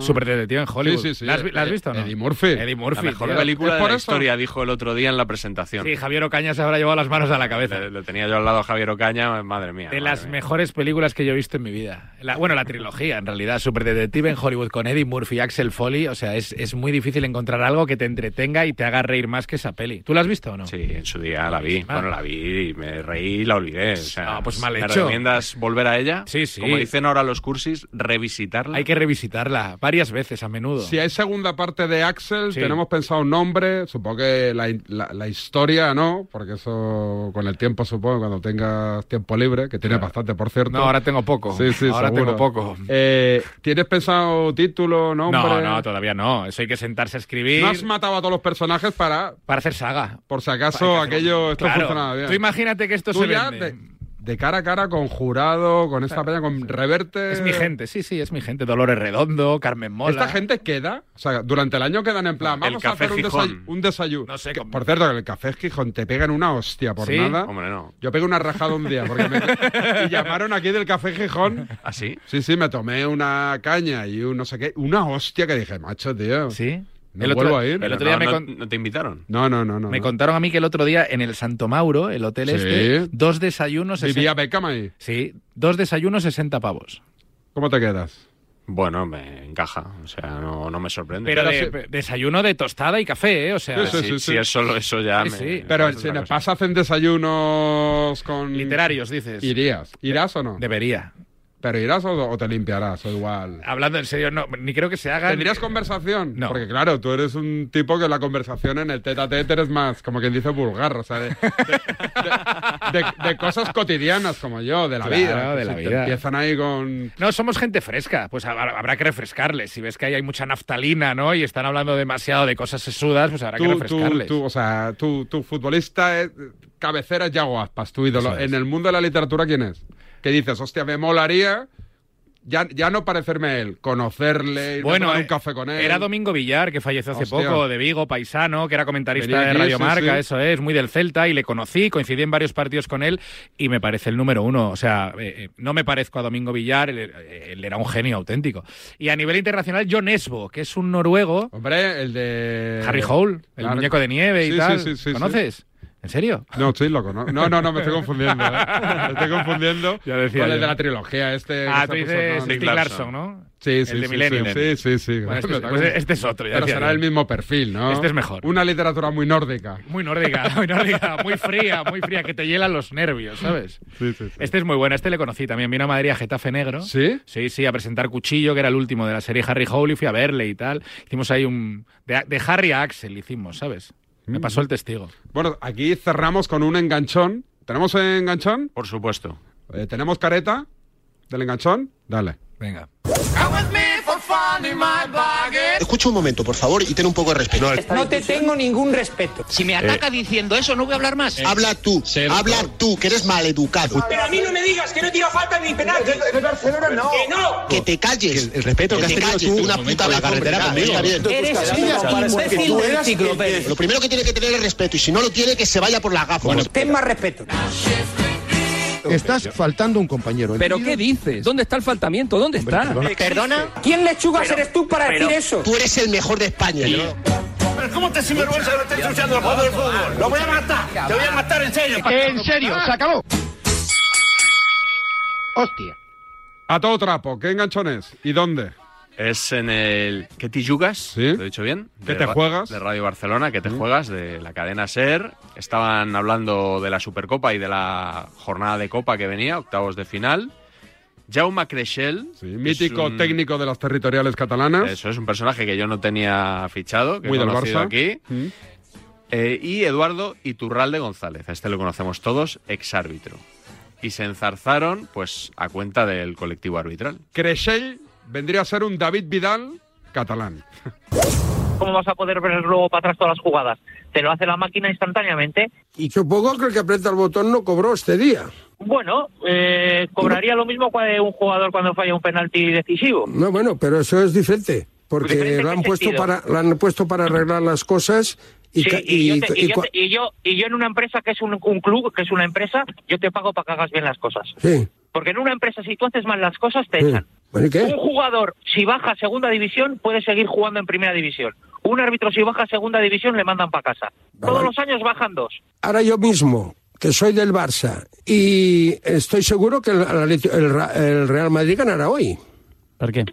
Speaker 3: Superdetective en Hollywood.
Speaker 1: Sí, sí, sí.
Speaker 3: ¿La has, vi- la has
Speaker 1: Eh,
Speaker 3: visto o no?
Speaker 1: Eddie Murphy.
Speaker 3: Eddie Murphy.
Speaker 2: La mejor
Speaker 3: tío.
Speaker 2: película de la
Speaker 3: eso?
Speaker 2: historia, dijo el otro día en la presentación.
Speaker 3: Sí, Javier Ocaña se habrá llevado las manos a la cabeza.
Speaker 2: Lo tenía yo al lado a Javier Ocaña, madre mía.
Speaker 3: De las mejores películas que yo he visto en mi vida. La- bueno, la trilogía, en realidad. Superdetective en Hollywood con Eddie Murphy y Axel Foley. O sea, es, es muy difícil encontrar algo que te entretenga y te haga reír más que esa peli. ¿Tú la has visto o no?
Speaker 2: Sí, en su día la vi.
Speaker 3: Ah.
Speaker 2: Bueno, la vi y me reí y la olvidé. O sea,
Speaker 3: Ah, pues mal
Speaker 2: ¿Me
Speaker 3: hecho.
Speaker 2: recomiendas volver a ella?
Speaker 3: Sí, sí.
Speaker 2: Como dicen ahora los cursis, revisitarla.
Speaker 3: Hay que revisitarla. Varias, varias veces a menudo.
Speaker 1: Si hay segunda parte de Axel,
Speaker 3: Sí.
Speaker 1: tenemos pensado un nombre, supongo que la, la- la historia no, porque eso con el tiempo supongo, cuando tengas tiempo libre, que tienes bastante por cierto.
Speaker 3: No, ahora tengo poco.
Speaker 1: Sí, sí,
Speaker 3: ahora
Speaker 1: seguro.
Speaker 3: tengo poco.
Speaker 1: Eh, ¿Tienes pensado título, nombre?
Speaker 3: No, no, todavía no. Eso hay que sentarse a escribir.
Speaker 1: No has matado a todos los personajes para...
Speaker 3: Para hacer saga.
Speaker 1: Por si acaso aquello... Esto
Speaker 3: Claro.
Speaker 1: funcionaba bien.
Speaker 3: Tú imagínate que esto
Speaker 1: Tú
Speaker 3: se
Speaker 1: ya
Speaker 3: vende.
Speaker 1: de, de cara a cara con Jurado, con esta peña, con Reverte...
Speaker 3: Es mi gente, sí, sí, es mi gente. Dolores Redondo, Carmen Mola.
Speaker 1: ¿Esta gente queda? O sea, durante el año quedan en plan,
Speaker 3: El
Speaker 1: vamos a
Speaker 3: Café
Speaker 1: hacer un,
Speaker 3: Gijón.
Speaker 1: desay- un desayuno. Que, por cierto, que el café Gijón te pegan una hostia por
Speaker 3: ¿Sí?
Speaker 1: nada.
Speaker 3: Hombre, no.
Speaker 1: Yo pegué una rajada un día
Speaker 3: (laughs)
Speaker 1: porque me... y llamaron aquí del café Gijón.
Speaker 2: ¿Ah, sí?
Speaker 1: Sí, sí, me tomé una caña y un no sé qué. Una hostia que dije, macho, tío.
Speaker 3: ¿Sí?
Speaker 1: No
Speaker 3: El otro-
Speaker 1: vuelvo a ir.
Speaker 3: el otro día No, me no- con-
Speaker 2: ¿No te invitaron?
Speaker 1: No, no, no, no.
Speaker 3: Me
Speaker 1: no.
Speaker 3: contaron a mí que el otro día en el Santo Mauro, el hotel
Speaker 1: Sí.
Speaker 3: este, dos desayunos.
Speaker 1: ¿Vivía
Speaker 3: sesen-
Speaker 1: Beckham ahí?
Speaker 3: Sí, dos desayunos, 60 pavos.
Speaker 1: ¿Cómo te quedas?
Speaker 2: Bueno, me encaja. O sea, no, no me sorprende.
Speaker 3: Pero, de- desayuno de tostada y café, ¿eh? O sea,
Speaker 2: si, si es solo eso ya
Speaker 3: Sí,
Speaker 2: me-
Speaker 3: sí.
Speaker 1: Pero si en el pas hacen desayunos con...
Speaker 3: Literarios, dices.
Speaker 1: Irías. ¿Irás o no?
Speaker 3: Debería.
Speaker 1: ¿Pero irás o, o te limpiarás o igual?
Speaker 3: Hablando en serio, no, ni creo que se haga.
Speaker 1: ¿Tendrías conversación? No. Porque claro, tú eres un tipo que la conversación en el tete a tete eres más, como quien dice, vulgar, o sea, de, de- de- de cosas cotidianas como yo, de la
Speaker 3: Claro,
Speaker 1: vida.
Speaker 3: de la
Speaker 1: Te
Speaker 3: vida.
Speaker 1: empiezan ahí con...
Speaker 3: No, somos gente fresca, pues habrá habrá que refrescarles. Si ves que ahí hay mucha naftalina, ¿no? Y están hablando demasiado de cosas sesudas, pues habrá que
Speaker 1: Tú, tú,
Speaker 3: refrescarles.
Speaker 1: tú, o sea, tú, tú, futbolista, eh, cabecera es Yago Aspas, tu ídolo.
Speaker 3: Eso es.
Speaker 1: En el mundo de la literatura, ¿quién es? Que dices, hostia, me molaría ya, ya no parecerme a él, conocerle, ir a tomar
Speaker 3: eh,
Speaker 1: un café con él.
Speaker 3: era Domingo Villar, que falleció hace
Speaker 1: Hostia.
Speaker 3: poco, de Vigo, paisano, que era comentarista
Speaker 1: Venía
Speaker 3: de
Speaker 1: aquí,
Speaker 3: Radio
Speaker 1: sí,
Speaker 3: Marca,
Speaker 1: sí.
Speaker 3: eso es, muy del Celta, y le conocí, coincidí en varios partidos con él, y me parece el número uno. O sea, eh, eh, no me parezco a Domingo Villar, él, él era un genio auténtico. Y a nivel internacional, John Esbo, que es un noruego,
Speaker 1: Hombre, el de...
Speaker 3: Harry Hole, el
Speaker 1: Claro.
Speaker 3: muñeco de nieve y
Speaker 1: Sí, sí,
Speaker 3: tal.
Speaker 1: sí, sí, sí.
Speaker 3: ¿Conoces? ¿En serio?
Speaker 1: No, sí, lo conozco. No, no, no, me estoy confundiendo. ¿eh? Me estoy confundiendo
Speaker 3: Ya decía
Speaker 1: con el
Speaker 3: yo.
Speaker 1: de la trilogía. Este,
Speaker 3: Ah,
Speaker 1: que
Speaker 3: tú
Speaker 1: se puso-
Speaker 3: dices
Speaker 1: no,
Speaker 3: Stieg
Speaker 1: no.
Speaker 3: Larsson, ¿no?
Speaker 1: Sí, sí,
Speaker 3: El de
Speaker 1: sí,
Speaker 3: Millennium.
Speaker 1: Sí, sí, sí.
Speaker 3: Bueno, este es-
Speaker 1: Me está
Speaker 3: pues
Speaker 1: confundiendo.
Speaker 3: este es otro, ya
Speaker 1: Pero
Speaker 3: decía
Speaker 1: será
Speaker 3: yo.
Speaker 1: el mismo perfil, ¿no?
Speaker 3: Este es mejor.
Speaker 1: Una literatura muy nórdica.
Speaker 3: Muy nórdica, (laughs) muy nórdica, muy fría, muy fría, que te hiela los nervios, ¿sabes?
Speaker 1: Sí, sí, sí.
Speaker 3: Este es muy bueno, este le conocí también. Vino a Madrid a Getafe Negro.
Speaker 1: ¿Sí?
Speaker 3: Sí, sí, a presentar Cuchillo, que era el último de la serie Harry Hole, y fui a verle y tal. Hicimos ahí un. De, de Harry a Axel hicimos, ¿sabes? Me
Speaker 1: Mm.
Speaker 3: pasó el testigo.
Speaker 1: Bueno, aquí cerramos con un enganchón. ¿Tenemos enganchón? Eh,
Speaker 2: Por supuesto.
Speaker 1: ¿Tenemos careta del enganchón? Dale.
Speaker 3: Venga.
Speaker 5: Escucha un momento, por favor, y ten un poco de respeto.
Speaker 9: No te tengo ningún respeto.
Speaker 5: Si
Speaker 9: me ataca diciendo eso, no voy a hablar
Speaker 43: Eh.
Speaker 9: más.
Speaker 5: Habla tú, habla tú, que eres maleducado.
Speaker 9: Pero a mí no me digas que no tira falta ni penalti. Eh, Barcelona no. Que no.
Speaker 5: Que te calles. El, respeto
Speaker 9: que has tenido tú,
Speaker 5: una
Speaker 9: un
Speaker 5: puta
Speaker 9: momento, la
Speaker 5: vez,
Speaker 9: carretera
Speaker 5: hombre,
Speaker 9: conmigo.
Speaker 5: está bien.
Speaker 9: Eres Tú estás un hablando para imbécil porque tú del eras ciclo, el que- Pérez.
Speaker 5: Lo primero que tiene que tener es respeto, y si no lo tiene, que se vaya por las gafas.
Speaker 9: Ten más respeto.
Speaker 44: Estás faltando un compañero.
Speaker 45: ¿Pero qué dices? ¿Dónde está el faltamiento? ¿Dónde está?
Speaker 5: ¿Perdona?
Speaker 9: ¿Quién lechugas eres tú para
Speaker 5: pero
Speaker 9: decir eso?
Speaker 5: Tú eres el mejor de España.
Speaker 9: Pero ¿cómo te sinvergüenza lo estás ensuciando el juego del fútbol? Lo voy a matar. Te voy a matar en serio.
Speaker 5: En serio, se acabó.
Speaker 9: Hostia.
Speaker 1: A todo trapo, ¿qué enganchón es? ¿Y dónde?
Speaker 2: Es en el ¿Qué te jugas? ¿Lo he dicho bien?
Speaker 1: ¿Qué
Speaker 2: De
Speaker 1: te
Speaker 2: Ra-
Speaker 1: juegas?
Speaker 2: De Radio Barcelona, ¿Qué te juegas? De la cadena SER. Estaban hablando de la Supercopa y de la jornada de Copa que venía, octavos de final. Jaume Creixell.
Speaker 1: Mítico
Speaker 2: un-
Speaker 1: técnico de las territoriales catalanas.
Speaker 2: Eso es un personaje que yo no tenía fichado, que
Speaker 1: Muy
Speaker 2: he
Speaker 1: del
Speaker 2: conocido
Speaker 1: Barça.
Speaker 2: aquí.
Speaker 1: Mm.
Speaker 2: Eh, y Eduardo Iturralde González, a este lo conocemos todos, exárbitro. Y se enzarzaron, pues, a cuenta del colectivo arbitral.
Speaker 1: Creixell vendría a ser un David Vidal catalán.
Speaker 14: ¿Cómo vas a poder ver luego para atrás todas las jugadas? Te lo hace la máquina instantáneamente.
Speaker 28: Y supongo que el que aprieta el botón no cobró este día.
Speaker 14: Bueno, eh, cobraría lo mismo cua- un jugador cuando falla un penalti decisivo.
Speaker 28: No, bueno, pero eso es diferente, porque
Speaker 14: ¿Diferente en
Speaker 28: la
Speaker 14: qué
Speaker 28: han puesto
Speaker 14: sentido?
Speaker 28: para la han puesto para arreglar las cosas y,
Speaker 14: Sí,
Speaker 28: ca-
Speaker 14: y,
Speaker 28: y-
Speaker 14: yo te- y
Speaker 28: y
Speaker 14: yo
Speaker 28: cua-
Speaker 14: te- y yo y yo en una empresa que es un, un club, que es una empresa, yo te pago para que hagas bien las cosas.
Speaker 28: sí.
Speaker 14: Porque en una empresa, si tú haces mal las cosas, te
Speaker 28: Sí.
Speaker 14: echan.
Speaker 28: Bueno, ¿y qué?
Speaker 14: Un jugador, si baja a segunda división, puede seguir jugando en primera división. Un árbitro, si baja a segunda división, le mandan para casa. Todos los años bajan dos.
Speaker 28: Ahora yo mismo que soy del Barça y estoy seguro que el, Atleti- el Ra- el Real Madrid ganará hoy.
Speaker 45: ¿Por qué?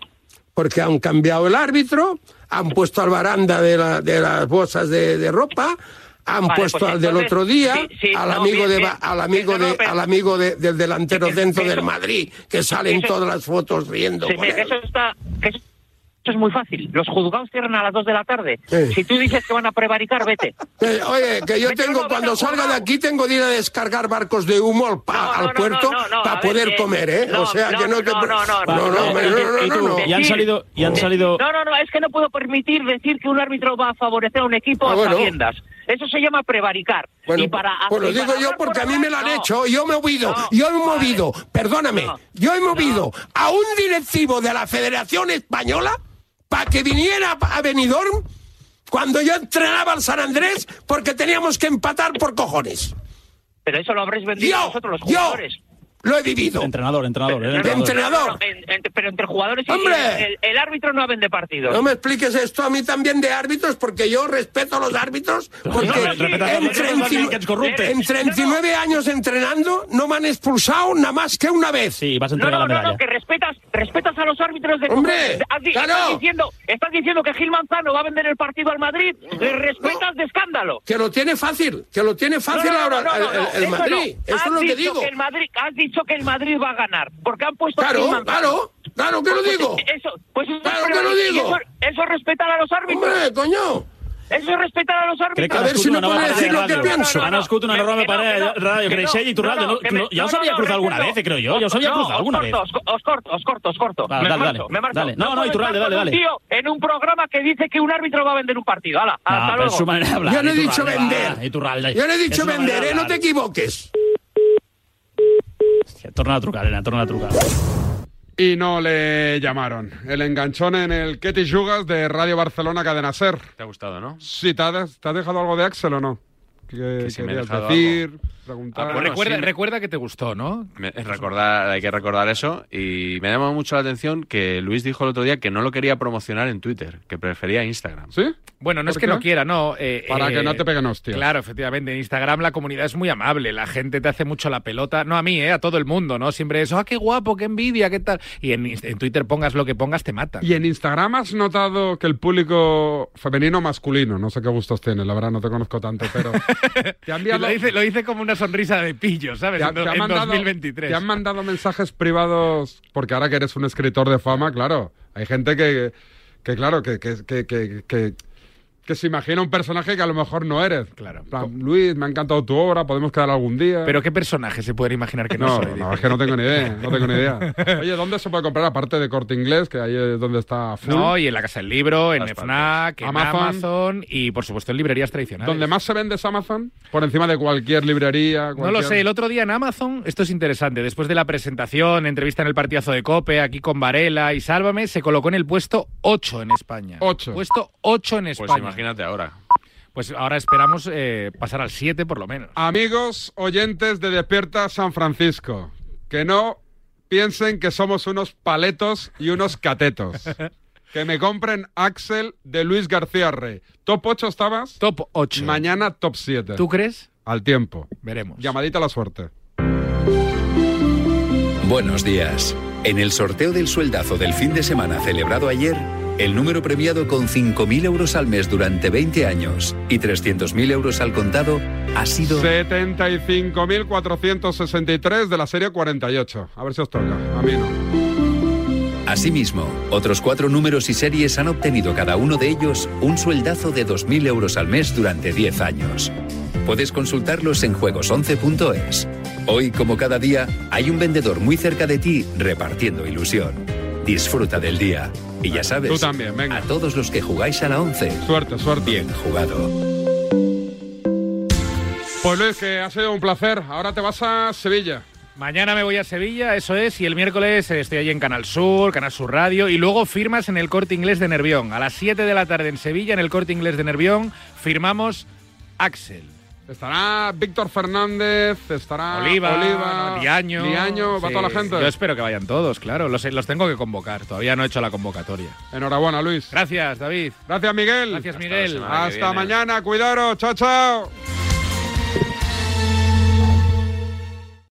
Speaker 28: Porque han cambiado el árbitro, han puesto al baranda de, la- de las bolsas de, de ropa, han
Speaker 14: Vale,
Speaker 28: puesto
Speaker 14: pues
Speaker 28: al del
Speaker 14: entonces,
Speaker 28: otro día,
Speaker 14: sí, sí,
Speaker 28: al,
Speaker 14: no,
Speaker 28: amigo
Speaker 14: bien,
Speaker 28: de,
Speaker 14: bien.
Speaker 28: Ba- al amigo, de, al amigo de- del delantero dentro del Madrid, que salen
Speaker 14: eso-
Speaker 28: todas las fotos riendo.
Speaker 14: Sí,
Speaker 28: con
Speaker 14: que
Speaker 28: él.
Speaker 14: eso está, que eso Esto es muy fácil. Los juzgados cierran a las 2 de la tarde. Si tú dices que van a prevaricar, vete.
Speaker 28: Eh, oye, que yo tengo, cuando salga de aquí, tengo de ir a descargar barcos de humo al, pa- al puerto para poder comer, ¿eh? o sea, que no te. pre- No, no, no, hombre, no, no, no, no.
Speaker 14: Decir- de- No, no, no, es que no puedo permitir decir que un árbitro va a favorecer a un equipo
Speaker 28: Ah,
Speaker 14: a
Speaker 28: bueno.
Speaker 14: sabiendas. Eso se llama prevaricar.
Speaker 28: Bueno,
Speaker 14: y para,
Speaker 28: bueno,
Speaker 14: y
Speaker 28: digo
Speaker 14: para
Speaker 28: yo
Speaker 14: hablar
Speaker 28: porque a mí me lo han
Speaker 14: no.
Speaker 28: hecho. Yo me he movido, yo he movido, perdóname, yo he movido a un directivo de la Federación Española para que viniera a Benidorm cuando yo entrenaba al San Andrés porque teníamos que empatar por cojones.
Speaker 14: Pero eso lo habréis vendido
Speaker 28: Yo,
Speaker 14: vosotros los
Speaker 28: yo.
Speaker 14: jugadores.
Speaker 28: Lo he vivido.
Speaker 43: Entrenador, entrenador.
Speaker 28: era entrenador. Entrenador.
Speaker 14: No, no, en- entre- pero entre jugadores y
Speaker 28: ¡Hombre!
Speaker 14: El, el árbitro no vende partidos.
Speaker 28: No me expliques esto a mí también de árbitros, porque yo respeto a los árbitros, porque
Speaker 14: No,
Speaker 28: en,
Speaker 14: sí, eres un árbitro que es
Speaker 28: 39
Speaker 14: corrupto.
Speaker 28: en 39 años entrenando no me han expulsado nada más que una vez. Sí, vas a
Speaker 14: No, no, no, no, que respetas, respetas a los árbitros de
Speaker 28: ¡Hombre!
Speaker 14: Has di-
Speaker 28: ¡Claro!
Speaker 14: estás, diciendo, estás diciendo que Gil Manzano va a vender el partido al Madrid. Le respetas de escándalo.
Speaker 28: Que lo tiene fácil, que lo tiene fácil
Speaker 14: No, no, no,
Speaker 28: ahora
Speaker 14: no, no,
Speaker 28: el-
Speaker 14: no,
Speaker 28: el, el
Speaker 14: eso
Speaker 28: Madrid.
Speaker 14: no.
Speaker 28: Eso es
Speaker 14: Has
Speaker 28: lo que
Speaker 14: dicho
Speaker 28: digo.
Speaker 14: el Madrid, has dicho que el Madrid va a ganar. Porque han puesto
Speaker 28: Claro,
Speaker 14: a Gil Manzano.
Speaker 28: claro, claro que lo
Speaker 14: Pues
Speaker 28: digo.
Speaker 14: es- (laughs) Eso, pues eso es
Speaker 28: Claro que lo
Speaker 14: prevaricar. Y
Speaker 28: digo.
Speaker 14: Eso, eso es respetar a los árbitros.
Speaker 28: Hombre, coño.
Speaker 14: Eso es respetar a los
Speaker 43: Crec que
Speaker 14: árbitros.
Speaker 43: han escut una nova parada de ràdio. Han escut una nova parada de ràdio. Creixell i Torraldo. No, no, ja us havia cruzat alguna vez, creo yo. Ja us havia cruzat alguna vez.
Speaker 14: Os corto, os corto, os corto.
Speaker 43: Va,
Speaker 14: me
Speaker 43: dale,
Speaker 14: marcho,
Speaker 43: dale,
Speaker 14: me marcho.
Speaker 43: dale. No, no,
Speaker 14: puedo
Speaker 43: Iturralde,
Speaker 14: estar
Speaker 43: dale,
Speaker 14: con un
Speaker 43: dale.
Speaker 14: tío en un programa que dice que un árbitro va a vender un partido. Hala,
Speaker 43: Ah,
Speaker 14: hasta
Speaker 43: pero
Speaker 14: luego.
Speaker 43: es su manera de hablar,
Speaker 28: Yo no he
Speaker 43: Iturralde,
Speaker 28: dicho
Speaker 43: va,
Speaker 28: vender.
Speaker 43: Iturralde.
Speaker 28: Yo no he
Speaker 43: Es
Speaker 28: dicho
Speaker 43: una
Speaker 28: vender,
Speaker 43: manera de
Speaker 28: eh, no
Speaker 43: hablar.
Speaker 28: te equivoques.
Speaker 43: Torna a trucar, Elena, torna a trucar.
Speaker 1: Y no le llamaron. El enganchón en el Ketty Yugas de Radio Barcelona Cadena Ser.
Speaker 2: Te ha gustado, ¿no?
Speaker 1: Sí, ¿te has, te has dejado algo de Axel o no? ¿Qué
Speaker 2: si me he
Speaker 1: querías
Speaker 2: dejado
Speaker 1: decir?
Speaker 2: algo.
Speaker 1: Preguntar.
Speaker 2: Ah, bueno,
Speaker 3: pues recuerda,
Speaker 2: sí.
Speaker 3: recuerda que te gustó, ¿no?
Speaker 2: Me- es recordar, hay que recordar eso. Y me ha llamado mucho la atención que Luis dijo el otro día que no lo quería promocionar en Twitter, que prefería Instagram.
Speaker 1: ¿Sí?
Speaker 3: Bueno, no es
Speaker 2: ¿Por
Speaker 3: que
Speaker 2: qué?
Speaker 3: no quiera, no. eh,
Speaker 2: Para
Speaker 3: eh,
Speaker 2: que no te peguen hostias.
Speaker 3: Claro, efectivamente. En Instagram la comunidad es muy amable. La gente te hace mucho la pelota. No a mí, eh, a todo el mundo, ¿no? Siempre es, ah, qué guapo, qué envidia, qué tal. Y en, Inst- en Twitter pongas lo que pongas, te matan.
Speaker 1: ¿Y en Instagram has notado que el público femenino o masculino, no sé qué gustos tiene, la verdad no te conozco tanto,
Speaker 3: (laughs)
Speaker 1: pero
Speaker 3: Y lo, dice, lo dice como una sonrisa de pillo, ¿sabes?
Speaker 1: te, ha-
Speaker 3: en
Speaker 1: te
Speaker 3: do-
Speaker 1: han
Speaker 3: en
Speaker 1: mandado,
Speaker 3: 2023.
Speaker 1: te han mandado mensajes privados, porque ahora que eres un escritor de fama, claro, hay gente que, que claro, que, que, que, que, que- que se imagina un personaje que a lo mejor no eres. Claro. Luis, me ha encantado tu obra, podemos quedar algún día.
Speaker 3: Pero ¿qué personaje se pueden imaginar (laughs) que no,
Speaker 1: No,
Speaker 3: soy?
Speaker 1: no,
Speaker 3: Dice.
Speaker 1: es que no tengo ni idea, no tengo
Speaker 3: (laughs)
Speaker 1: ni idea. Oye, ¿dónde se puede comprar aparte de Corte Inglés, que ahí es donde está full?
Speaker 3: No, y en la Casa del Libro, en
Speaker 1: Todas
Speaker 3: FNAC, en
Speaker 1: Amazon.
Speaker 3: Amazon. y por supuesto en librerías tradicionales.
Speaker 1: ¿Donde más se vende es Amazon? Por encima de cualquier librería.
Speaker 3: No lo
Speaker 1: cualquier-
Speaker 3: sé, el otro día en Amazon, esto es interesante, después de la presentación, entrevista en el partidazo de Cope, aquí con Varela y Sálvame, se colocó en el puesto 8 en España. 8. Puesto 8 en
Speaker 2: Pues
Speaker 3: España. Pues,
Speaker 2: imagínate ahora.
Speaker 3: ahora esperamos eh, pasar al 7 por lo menos.
Speaker 1: Amigos oyentes de Despierta San Francisco, que no piensen que somos unos paletos y unos
Speaker 3: (laughs)
Speaker 1: catetos. Que me compren Axel de Luis García Rey. ¿Top 8 estabas?
Speaker 3: Top 8.
Speaker 1: Mañana top 7.
Speaker 3: ¿Tú crees?
Speaker 1: Al tiempo.
Speaker 3: Veremos.
Speaker 1: Llamadita a la suerte.
Speaker 9: Buenos días. En el sorteo del sueldazo del fin de semana celebrado ayer, el número premiado con 5.000 euros al mes durante 20 años y 300.000 euros al contado ha sido...
Speaker 1: 75.463 de la serie 48. A ver si os toca. A mí no.
Speaker 9: Asimismo, otros cuatro números y series han obtenido cada uno de ellos un sueldazo de 2.000 euros al mes durante 10 años. Puedes consultarlos en juegos11.es. Hoy, como cada día, hay un vendedor muy cerca de ti repartiendo ilusión. Disfruta del día. Y ya sabes,
Speaker 1: Tú también,
Speaker 9: a todos los que jugáis a la 11.
Speaker 1: Suerte, suerte.
Speaker 9: Bien jugado.
Speaker 1: Pues Luis, que ha sido un placer. Ahora te vas a Sevilla.
Speaker 3: Mañana me voy a Sevilla, eso es, y el miércoles eh, estoy allí en Canal Sur, Canal Sur Radio, y luego firmas en el Corte Inglés de Nervión. A las 7 de la tarde en Sevilla, en el Corte Inglés de Nervión, firmamos Axel.
Speaker 1: Estará Víctor Fernández, estará
Speaker 3: Oliva,
Speaker 1: Ah, Oliva
Speaker 3: Liaño.
Speaker 1: va
Speaker 3: Sí,
Speaker 1: toda la gente.
Speaker 3: Yo espero que vayan todos, claro. Los, los tengo que convocar. Todavía no he hecho la convocatoria.
Speaker 1: Enhorabuena, Luis.
Speaker 3: Gracias, David.
Speaker 1: Gracias, Miguel.
Speaker 3: Gracias, Miguel.
Speaker 1: Hasta mañana, cuidaros. Chao, chao.